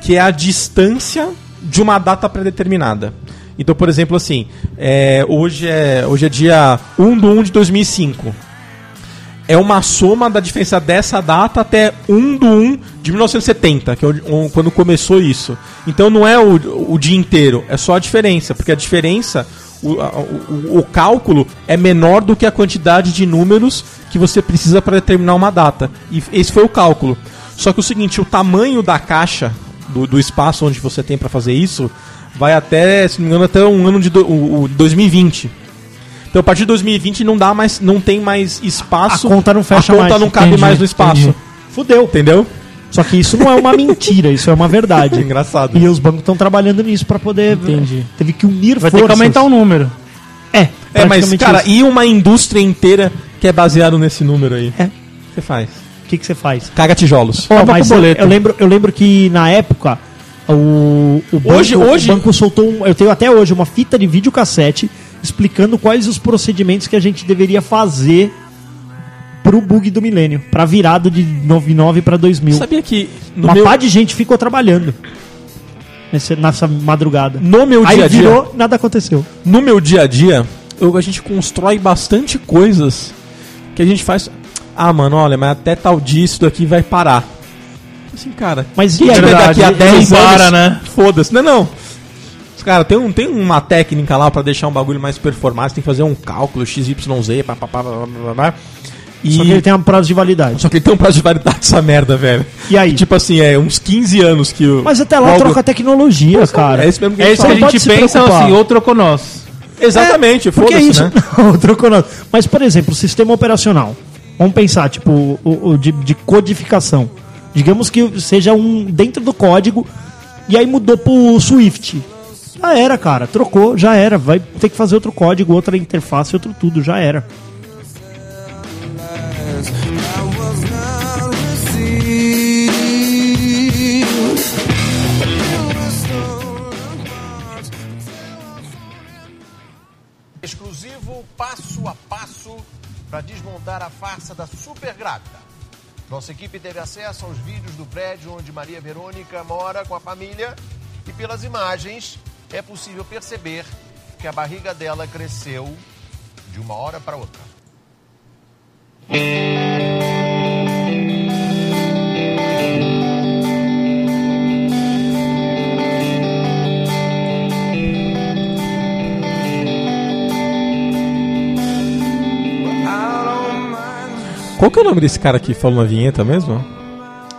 Speaker 2: que é a distância de uma data predeterminada. Então, por exemplo, assim, é, hoje, é, hoje é dia 1 de 1 de 2005. É uma soma da diferença dessa data até 1 de 1 de 1970, que é onde- on- quando começou isso. Então não é o, o dia inteiro, é só a diferença, porque a diferença, o, a- o- o cálculo é menor do que a quantidade de números que você precisa para determinar uma data. E esse foi o cálculo. Só que o seguinte, o tamanho da caixa, do, do espaço onde você tem para fazer isso, vai até, se não me engano, até um ano de do- o- o 2020. Então a partir de 2020 não dá mais, não tem mais espaço.
Speaker 3: A conta não fecha
Speaker 2: A conta
Speaker 3: mais.
Speaker 2: não cabe
Speaker 3: Entendi,
Speaker 2: mais no espaço.
Speaker 3: entendi.
Speaker 2: Fudeu. Entendeu?
Speaker 3: Só que isso não é uma mentira, isso é uma verdade.
Speaker 2: Engraçado.
Speaker 3: E os bancos estão trabalhando nisso pra poder.
Speaker 5: Entendi.
Speaker 3: Teve que unir
Speaker 5: Vai ter que
Speaker 3: forças.
Speaker 5: aumentar o número.
Speaker 3: É,
Speaker 2: um- É, mas
Speaker 3: praticamente
Speaker 2: cara,
Speaker 3: isso.
Speaker 2: e uma indústria inteira que é baseado nesse número aí.
Speaker 3: É.
Speaker 2: O que Você faz?
Speaker 3: o que, que você faz?
Speaker 2: Caga tijolos.
Speaker 3: Ó,
Speaker 5: Acaba
Speaker 3: mas
Speaker 5: com o boleto.
Speaker 3: eu lembro, eu lembro que na época o, o banco,
Speaker 2: Hoje- hoje-
Speaker 3: o banco soltou um, eu tenho até hoje uma fita de videocassete explicando quais os procedimentos que a gente deveria fazer pro bug do milênio, pra virada de 99 pra 2000.
Speaker 2: Sabia que no
Speaker 3: Uma
Speaker 2: meu,
Speaker 3: pá de gente ficou trabalhando nessa, nessa madrugada.
Speaker 2: no meu
Speaker 3: Aí
Speaker 2: dia a dia,
Speaker 3: virou, nada aconteceu.
Speaker 2: no meu dia a dia, eu- a gente constrói bastante coisas que a gente faz. Ah, mano, olha, mas até tal dia isso daqui vai parar. Assim, cara,
Speaker 3: Mas
Speaker 2: Quem
Speaker 3: e aí?
Speaker 2: tiver daqui a
Speaker 5: Não
Speaker 2: 10
Speaker 5: para,
Speaker 2: anos,
Speaker 5: né?
Speaker 2: Foda-se. Não, não. Cara, tem, um, tem uma técnica lá pra deixar um bagulho mais performático, tem que fazer um cálculo XYZ, pá, pá, pá, blá, blá, blá, blá. E...
Speaker 3: Só que ele tem um prazo de validade.
Speaker 2: Só que ele tem um prazo de validade essa merda, velho.
Speaker 3: E aí?
Speaker 2: Tipo assim, é uns 15 anos que o.
Speaker 3: Mas até lá
Speaker 2: o
Speaker 3: troca a tecnologia, cara.
Speaker 2: É isso mesmo que
Speaker 5: É isso que
Speaker 3: Não
Speaker 5: a
Speaker 2: fala.
Speaker 3: pode
Speaker 5: gente
Speaker 3: se
Speaker 5: pensa
Speaker 3: preocupar.
Speaker 5: assim, ou trocou nós.
Speaker 2: Exatamente,
Speaker 3: Porque é
Speaker 2: foda-se,
Speaker 3: isso.
Speaker 2: né?
Speaker 3: Não, trocou nada. Mas, por exemplo, o sistema operacional. Vamos pensar, tipo, o, o de, de codificação. Digamos que seja um dentro do código e aí mudou pro Swift. Já era, cara. Trocou, já era. Vai ter que fazer outro código, outra interface, outro tudo, já era.
Speaker 8: I was not received.
Speaker 6: Exclusivo passo a passo para desmontar a farsa da super grávida. Nossa equipe teve acesso aos vídeos do prédio onde Maria Verônica mora com a família e pelas imagens é possível perceber que a barriga dela cresceu de uma hora para outra.
Speaker 2: Qual que é o nome desse cara que falou na vinheta mesmo?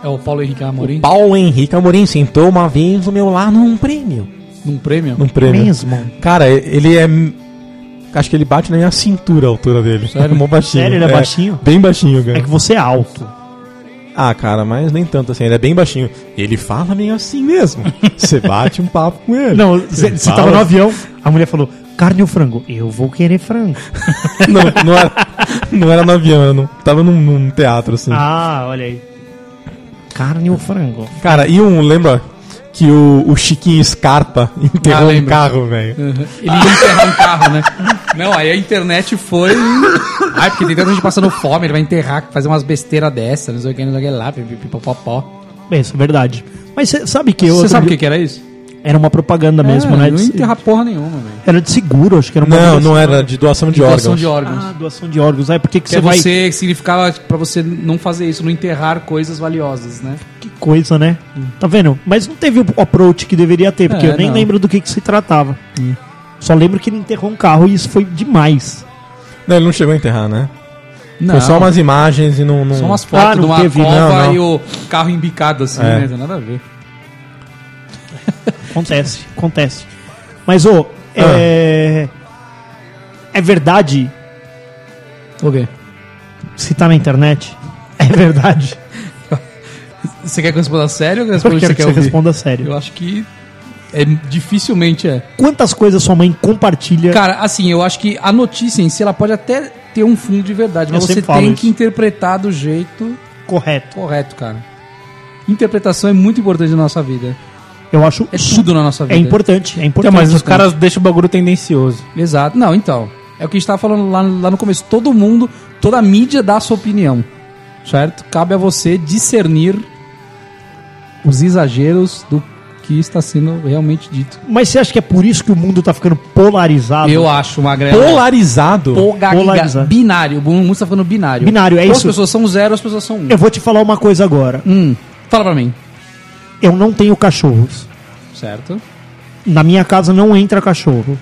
Speaker 4: É o Paulo Henrique Amorim
Speaker 2: Paulo Henrique Amorim sentou uma vez no meu lar num prêmio.
Speaker 4: num prêmio.
Speaker 2: Num
Speaker 3: É.
Speaker 2: prêmio.
Speaker 3: Mesmo?
Speaker 2: Cara, ele é. Acho que ele bate na minha cintura a altura dele.
Speaker 4: Sério?
Speaker 2: Mó baixinho.
Speaker 3: Sério, ele é baixinho?
Speaker 2: Bem baixinho, cara.
Speaker 3: É que você é alto.
Speaker 2: Ah, cara, mas nem tanto assim. Ele é bem baixinho. Ele fala meio assim mesmo. Você bate um papo com ele.
Speaker 3: Não, você você
Speaker 2: Fala.
Speaker 3: tava no avião, a mulher falou: carne ou frango? Eu vou querer frango.
Speaker 2: não, não era, não era no avião, era no, tava num, num teatro assim.
Speaker 3: ah, olha aí. Carne ou frango?
Speaker 2: Cara, e um, lembra que o, o Chiquinho Scarpa
Speaker 4: Ah,
Speaker 2: enterrou um
Speaker 4: lembro.
Speaker 2: carro, velho?
Speaker 4: Uhum. Ele ia enterrar um carro, né? Não, aí a internet foi. Ai, porque tem tanta gente passando fome, ele vai enterrar, fazer umas besteiras dessa, não sei o que, não sei o que lá, pipipipopopó.
Speaker 3: É, isso é verdade. Mas você sabe que eu.
Speaker 4: Você
Speaker 3: outro
Speaker 4: sabe o
Speaker 3: dia-
Speaker 4: que, que era isso?
Speaker 3: Era uma propaganda mesmo, né?
Speaker 4: Não
Speaker 3: De-
Speaker 4: enterrar porra nenhuma, velho.
Speaker 3: Era de seguro, acho que era uma
Speaker 2: Não,
Speaker 3: doação.
Speaker 2: não era de doação de
Speaker 4: Doação
Speaker 2: órgãos.
Speaker 4: de órgãos.
Speaker 3: Ah, doação de órgãos. É, por que que
Speaker 4: que
Speaker 3: você
Speaker 4: é
Speaker 3: vai.
Speaker 4: você, que significava tipo, pra você não fazer isso, não enterrar coisas valiosas, né?
Speaker 3: Que coisa, né? Tá vendo? Mas não teve o approach que deveria ter, porque
Speaker 4: É,
Speaker 3: eu nem
Speaker 4: não.
Speaker 3: lembro do que, que se tratava. Só lembro que ele enterrou um carro e isso foi demais.
Speaker 2: Não, ele não chegou a enterrar, né?
Speaker 4: Não.
Speaker 2: Foi só umas imagens e não. não...
Speaker 4: Só umas
Speaker 3: Ah,
Speaker 4: fotos
Speaker 3: não
Speaker 4: de uma
Speaker 3: teve,
Speaker 4: cova
Speaker 2: não, não.
Speaker 4: e o carro embicado assim,
Speaker 2: É.
Speaker 4: né? Não tem nada a ver.
Speaker 3: Acontece, acontece. Mas, ô, é. É verdade
Speaker 4: O quê?
Speaker 3: se tá na internet, é verdade.
Speaker 4: Você quer que eu responda sério ou que eu
Speaker 3: Eu
Speaker 4: responda o que
Speaker 3: quero que
Speaker 4: você quer
Speaker 3: você
Speaker 4: ouvir?
Speaker 3: responda sério.
Speaker 4: Eu acho que é, dificilmente é.
Speaker 3: Quantas coisas sua mãe compartilha?
Speaker 4: Cara, assim, eu acho que a notícia em si, ela pode até ter um fundo de verdade, mas
Speaker 3: Eu
Speaker 4: você
Speaker 3: sempre falo
Speaker 4: tem
Speaker 3: isso.
Speaker 4: que interpretar do jeito
Speaker 3: correto.
Speaker 4: correto, cara. Interpretação é muito importante na nossa vida.
Speaker 3: Eu acho.
Speaker 4: É tudo na nossa
Speaker 3: É
Speaker 4: vida. Tipo,
Speaker 3: importante, é
Speaker 5: Então,
Speaker 3: importante.
Speaker 5: mas os caras deixam o bagulho tendencioso.
Speaker 4: Exato. Não, então. É o que a gente tava falando lá, lá no começo. Todo mundo, toda a mídia dá a sua opinião. Certo? Cabe a você discernir os exageros do que está sendo realmente dito.
Speaker 3: Mas você acha que é por isso que o mundo tá ficando polarizado?
Speaker 4: Eu acho, Magrela.
Speaker 2: É. Polarizado.
Speaker 4: Poga-
Speaker 3: Polarizar.
Speaker 4: Binário. O mundo está ficando binário.
Speaker 3: Binário, é
Speaker 4: Ou As
Speaker 3: isso.
Speaker 4: pessoas são zero, as pessoas são um.
Speaker 3: Eu vou te falar uma coisa agora.
Speaker 4: Hum. Fala pra mim.
Speaker 3: Eu não tenho cachorros.
Speaker 4: Certo.
Speaker 3: Na minha casa não entra cachorro.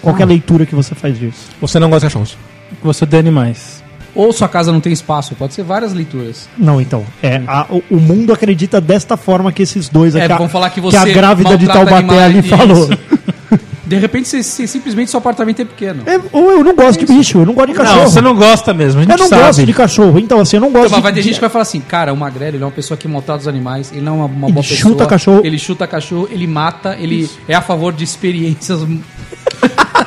Speaker 3: Qual
Speaker 4: Ah.
Speaker 3: que é a leitura que você faz disso?
Speaker 2: Você não gosta de cachorros.
Speaker 5: Você odeia animais.
Speaker 4: Ou sua casa não tem espaço. Pode ser várias leituras.
Speaker 3: Não, então. É, a- o- o mundo acredita desta forma que esses dois
Speaker 4: É,
Speaker 3: aqui.
Speaker 4: vão falar que
Speaker 3: a
Speaker 4: você
Speaker 3: grávida de
Speaker 4: maltrata
Speaker 3: Taubaté ali
Speaker 4: animais, isso.
Speaker 3: falou.
Speaker 4: De repente, você, você simplesmente seu apartamento é pequeno.
Speaker 3: É, ou eu não gosto de bicho, eu não gosto de cachorro.
Speaker 5: Não, você não gosta mesmo. A gente
Speaker 3: eu não
Speaker 5: sabe.
Speaker 3: gosto de cachorro, então assim, eu não gosto
Speaker 4: Então, mas vai ter
Speaker 3: de.
Speaker 4: gente que vai falar assim, cara, o Magrelo ele é uma pessoa que maltrata os animais, ele não é uma, uma
Speaker 3: Ele
Speaker 4: boa pessoa.
Speaker 3: chuta cachorro.
Speaker 4: Ele chuta cachorro, ele mata, ele é a favor de experiências. um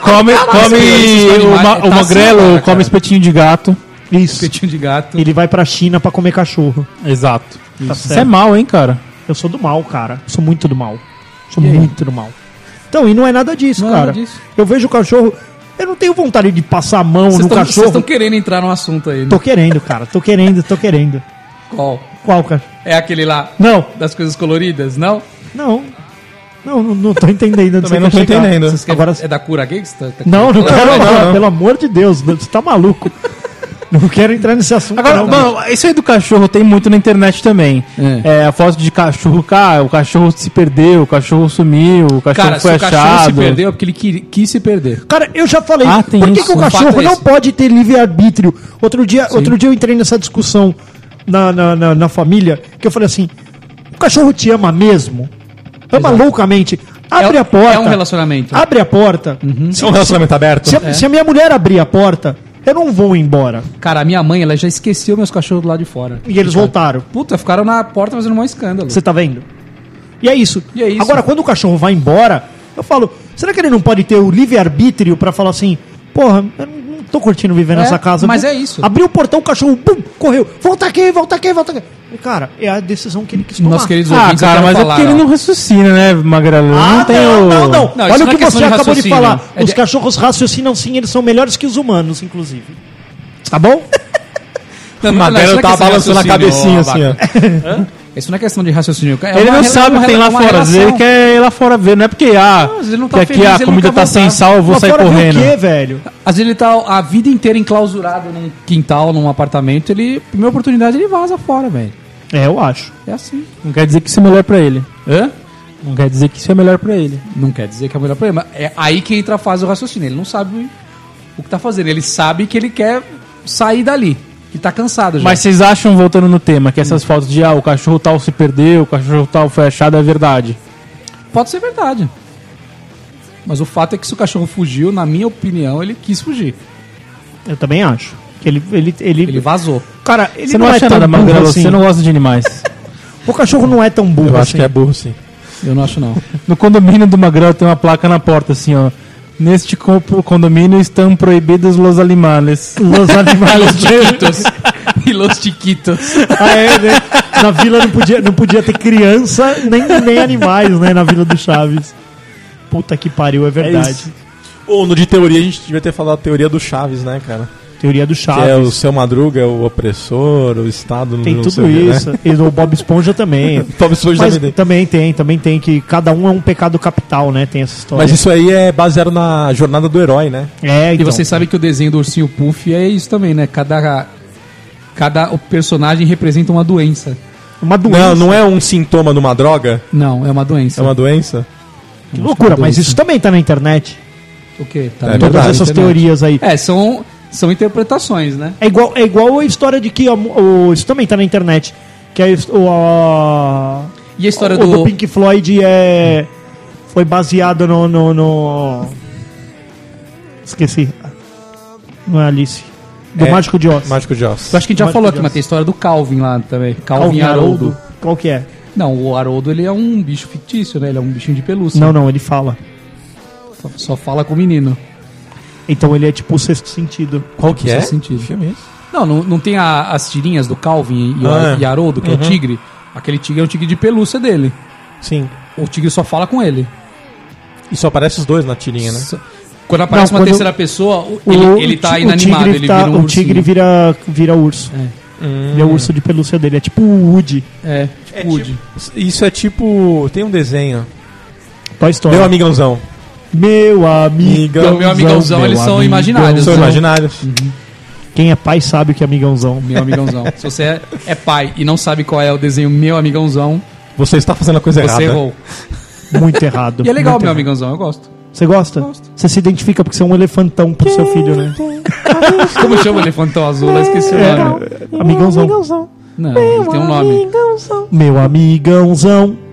Speaker 5: Come,
Speaker 4: esse
Speaker 5: come o,
Speaker 4: animal
Speaker 5: ma-
Speaker 4: é
Speaker 5: o
Speaker 4: tá
Speaker 5: magrelo,
Speaker 4: acima, cara.
Speaker 5: come espetinho de gato.
Speaker 3: Isso.
Speaker 4: Espetinho de gato.
Speaker 3: Ele vai pra China pra comer cachorro. Tá
Speaker 5: Exato. Isso,
Speaker 3: certo.
Speaker 5: é mal, hein, cara?
Speaker 3: Eu sou do mal, cara. Sou muito do mal. Sou muito do mal. Então, e não é nada disso,
Speaker 4: Não é
Speaker 3: cara.
Speaker 4: nada disso.
Speaker 3: Eu vejo o cachorro. Eu não tenho vontade de passar a mão
Speaker 4: Vocês
Speaker 3: no
Speaker 4: estão- Vocês
Speaker 3: cachorro.
Speaker 4: estão querendo entrar no assunto aí, né?
Speaker 3: Tô querendo, cara. Tô querendo, tô querendo.
Speaker 4: Qual?
Speaker 3: Qual, cara?
Speaker 4: É aquele lá
Speaker 3: Não,
Speaker 4: das coisas coloridas, não?
Speaker 3: não. Não, não, não tô entendendo. onde
Speaker 2: Também
Speaker 3: você
Speaker 2: não
Speaker 3: quer
Speaker 2: tô
Speaker 3: chegar.
Speaker 2: entendendo.
Speaker 4: Vocês querem-
Speaker 3: Agora-
Speaker 4: É da cura gay que você tá, tá
Speaker 3: Não, não quero
Speaker 2: não,
Speaker 3: agora,
Speaker 2: não.
Speaker 3: pelo amor de Deus. Você tá maluco. não quero entrar nesse assunto.
Speaker 5: Agora,
Speaker 3: não.
Speaker 5: mano, isso aí do cachorro tem muito na internet também.
Speaker 4: É.
Speaker 5: É. a foto de cachorro, cara, o cachorro se perdeu, o cachorro sumiu, o cachorro
Speaker 4: Cara, se
Speaker 5: foi
Speaker 4: o cachorro
Speaker 5: achado.
Speaker 4: se perdeu é porque ele qui- quis se perder.
Speaker 3: Cara, eu já falei.
Speaker 5: Ah, tem
Speaker 3: por que,
Speaker 5: isso.
Speaker 3: que o
Speaker 4: O fato
Speaker 3: cachorro
Speaker 4: é
Speaker 3: não
Speaker 4: esse.
Speaker 3: pode ter livre-arbítrio? Outro dia, outro dia eu entrei nessa discussão na, na, na, na família, que eu falei assim: o cachorro te ama mesmo? Ama loucamente. Abre
Speaker 4: É-
Speaker 3: a porta.
Speaker 4: é um relacionamento. Uhum. É.
Speaker 3: Abre a porta.
Speaker 2: É um relacionamento aberto.
Speaker 3: Se, a, se a minha mulher abrir a porta, eu não vou embora.
Speaker 4: Cara, a minha mãe, ela já esqueceu meus cachorros lá de fora.
Speaker 3: E eles voltaram.
Speaker 4: Puta, ficaram na porta fazendo um maior escândalo.
Speaker 3: Você tá vendo? E é isso.
Speaker 4: E é isso.
Speaker 3: Agora, quando o cachorro vai embora, eu falo, será que ele não pode ter o livre-arbítrio pra falar assim, porra, eu não tô curtindo viver nessa casa.
Speaker 4: mas
Speaker 3: Vou-
Speaker 4: é isso.
Speaker 3: Abriu o portão, o cachorro, bum, correu. Volta aqui, volta aqui, volta aqui. E, cara, é a decisão que ele quis tomar.
Speaker 4: Nossos queridos
Speaker 5: Ah,
Speaker 4: ouvintes, eu
Speaker 5: cara,
Speaker 4: quero
Speaker 5: mas é
Speaker 4: falar,
Speaker 5: porque ele
Speaker 4: ó.
Speaker 5: não ressuscina, né, Magrelo?
Speaker 3: Ah, não,
Speaker 5: tem
Speaker 3: não, não,
Speaker 5: o-
Speaker 4: Não, isso
Speaker 3: Olha o
Speaker 4: não é
Speaker 3: que
Speaker 4: questão
Speaker 3: você
Speaker 4: de
Speaker 3: acabou de
Speaker 4: raciocínio.
Speaker 3: falar.
Speaker 4: É
Speaker 3: Os
Speaker 4: de-
Speaker 3: cachorros raciocinam sim, eles são melhores que os humanos, inclusive. Tá bom?
Speaker 4: Não, não,
Speaker 2: Magrelo
Speaker 4: isso não é
Speaker 2: tá
Speaker 4: questão de
Speaker 2: balançando a
Speaker 4: raciocínio,
Speaker 2: cabecinha
Speaker 4: ó,
Speaker 2: assim, ó.
Speaker 4: Isso não é questão de raciocínio. é
Speaker 5: Ele
Speaker 4: uma
Speaker 5: não
Speaker 4: rela-
Speaker 5: sabe o
Speaker 4: uma
Speaker 5: que tem lá
Speaker 4: rela- uma
Speaker 5: fora, às vezes ele
Speaker 4: relação.
Speaker 5: quer ir lá fora ver, não é porque ah,
Speaker 4: Não, às vezes ele não tá
Speaker 5: que aqui
Speaker 4: feliz,
Speaker 5: a
Speaker 4: ele
Speaker 5: comida tá
Speaker 4: nunca vai
Speaker 5: sem
Speaker 4: voltar.
Speaker 5: sal, eu vou
Speaker 3: Lá
Speaker 5: sair
Speaker 3: fora vê
Speaker 5: correndo.
Speaker 3: o quê, velho?
Speaker 4: Às vezes ele tá a vida inteira enclausurado num quintal, num apartamento, ele, primeira oportunidade, ele vaza fora, velho.
Speaker 3: É, eu acho.
Speaker 4: É assim.
Speaker 5: Não quer dizer que isso é melhor pra ele.
Speaker 4: Hã?
Speaker 5: Não quer dizer que isso é melhor pra ele.
Speaker 4: Não quer dizer que é o melhor problema. É aí que entra a fase do raciocínio. Ele não sabe o que tá fazendo. Ele sabe que ele quer sair dali. Que tá cansado já.
Speaker 5: Mas vocês acham, voltando no tema, que essas fotos de ah, o cachorro tal se perdeu, o cachorro tal foi achado, é verdade?
Speaker 4: pode ser verdade. Mas o fato é que se o cachorro fugiu, na minha opinião, ele quis fugir.
Speaker 3: Eu também acho. Que ele, ele, ele,
Speaker 4: Ele vazou.
Speaker 3: Cara, ele
Speaker 5: Você
Speaker 4: é
Speaker 5: não, acha nada,
Speaker 3: burro
Speaker 5: Magrelo,
Speaker 3: assim.
Speaker 5: você não gosta de animais.
Speaker 3: O cachorro não é tão burro
Speaker 2: Eu acho
Speaker 3: assim.
Speaker 2: que é burro, sim.
Speaker 4: Eu não acho, não.
Speaker 5: no condomínio do Magrelo tem uma placa na porta assim, ó. Neste co- condomínio estão proibidos los animales.
Speaker 3: Los animais
Speaker 4: Tiquitos. e los tiquitos.
Speaker 3: Ah, é, né? Na vila não podia, não podia ter criança nem, nem animais, né? Na vila do Chaves. Puta que ppariu, é verdade.
Speaker 2: Ou no de teoria, a gente devia ter falado a teoria do Chaves, né, cara?
Speaker 3: Teoria do
Speaker 2: Que é o
Speaker 3: Chaves.
Speaker 2: seu Madruga, o opressor, o Estado...
Speaker 3: Tem
Speaker 2: não sei
Speaker 3: tudo
Speaker 2: o quê, né?
Speaker 3: isso. E o Bob Esponja também.
Speaker 2: Bob Esponja
Speaker 3: Mas então,
Speaker 2: também tem.
Speaker 3: também tem, também tem que cada um é um pecado capital, né? Tem essa história.
Speaker 2: Mas isso aí é baseado na jornada do herói, né?
Speaker 3: é,
Speaker 4: E
Speaker 3: então.
Speaker 4: vocês sabem que o desenho do ursinho Puff é isso também, né? Cada, cada personagem representa uma doença.
Speaker 3: Uma
Speaker 2: Não,
Speaker 3: doença.
Speaker 2: não é um sintoma de uma droga?
Speaker 4: Não, é uma doença.
Speaker 2: É uma doença?
Speaker 3: Que loucura, mas isso também tá na internet.
Speaker 4: O quê? Tá
Speaker 2: É
Speaker 4: na
Speaker 2: verdade.
Speaker 3: Todas
Speaker 4: internet.
Speaker 3: essas teorias aí.
Speaker 4: É, são, são interpretações, né?
Speaker 3: É igual, é igual a história de que a mu- o- isso também tá na internet. Que é o, a,
Speaker 4: E a história
Speaker 3: o do...
Speaker 4: do.
Speaker 3: Pink Floyd é foi baseado no, no, no- esqueci. Não é Alice. Do
Speaker 2: É.
Speaker 3: Mágico de Oz.
Speaker 2: Mágico de Oz.
Speaker 4: Eu acho que a gente já falou aqui, mas tem a história do Calvin lá também. Calvin, Haroldo.
Speaker 3: Qual que é?
Speaker 4: Não, o Haroldo ele é um bicho fictício, né? Ele é um bichinho de pelúcia.
Speaker 3: Não, não, ele fala.
Speaker 4: Só- Só fala com o menino.
Speaker 3: Então ele é tipo o sexto sentido.
Speaker 2: Qual que é?
Speaker 4: Faz sentido.
Speaker 2: Filme.
Speaker 4: Não, não, não tem a- as tirinhas do Calvin e, o-
Speaker 2: Ah, é.
Speaker 4: e Haroldo,
Speaker 3: Uhum.
Speaker 4: que é o tigre. Aquele tigre é o tigre de pelúcia dele.
Speaker 2: Sim.
Speaker 4: O tigre só fala com ele.
Speaker 2: E só aparece os dois na tirinha, né?
Speaker 4: Só- Quando aparece
Speaker 3: Não,
Speaker 4: uma
Speaker 3: quando
Speaker 4: terceira pessoa, o-
Speaker 3: O-
Speaker 4: ele,
Speaker 3: o
Speaker 4: ele tá
Speaker 3: ti-
Speaker 4: inanimado,
Speaker 3: o tigre
Speaker 4: ele
Speaker 3: tá-
Speaker 4: vira um
Speaker 3: O tigre
Speaker 4: ursinho.
Speaker 3: vira, vira urso. Ele é o urso de pelúcia dele. É tipo o Woody.
Speaker 4: É, tipo
Speaker 2: É
Speaker 4: Woody.
Speaker 2: Isso é tipo. Tem um desenho.
Speaker 3: Toy Story.
Speaker 2: Meu amigãozão.
Speaker 3: Meu amigo.
Speaker 4: Então, meu amigãozão, eles são imaginários.
Speaker 2: São
Speaker 4: né?
Speaker 2: imaginários.
Speaker 3: Quem é pai sabe o que é amigãozão.
Speaker 4: Meu amigãozão. Se você é, é pai e não sabe qual é o desenho Meu Amigãozão,
Speaker 2: Você está fazendo a
Speaker 3: Tá
Speaker 2: coisa
Speaker 4: você
Speaker 2: errada.
Speaker 3: né?
Speaker 4: errou.
Speaker 3: Muito errado.
Speaker 4: E é legal
Speaker 3: Muito
Speaker 4: Meu
Speaker 3: errado.
Speaker 4: Amigãozão, eu gosto.
Speaker 3: Você gosta?
Speaker 4: Gosto.
Speaker 3: Você se identifica porque você é um elefantão pro seu filho, né?
Speaker 4: Como chama o elefantão azul? Eu esqueci o
Speaker 3: É.
Speaker 4: nome.
Speaker 3: Amigãozão.
Speaker 4: Não, ele tem um nome.
Speaker 3: Meu amigãozão.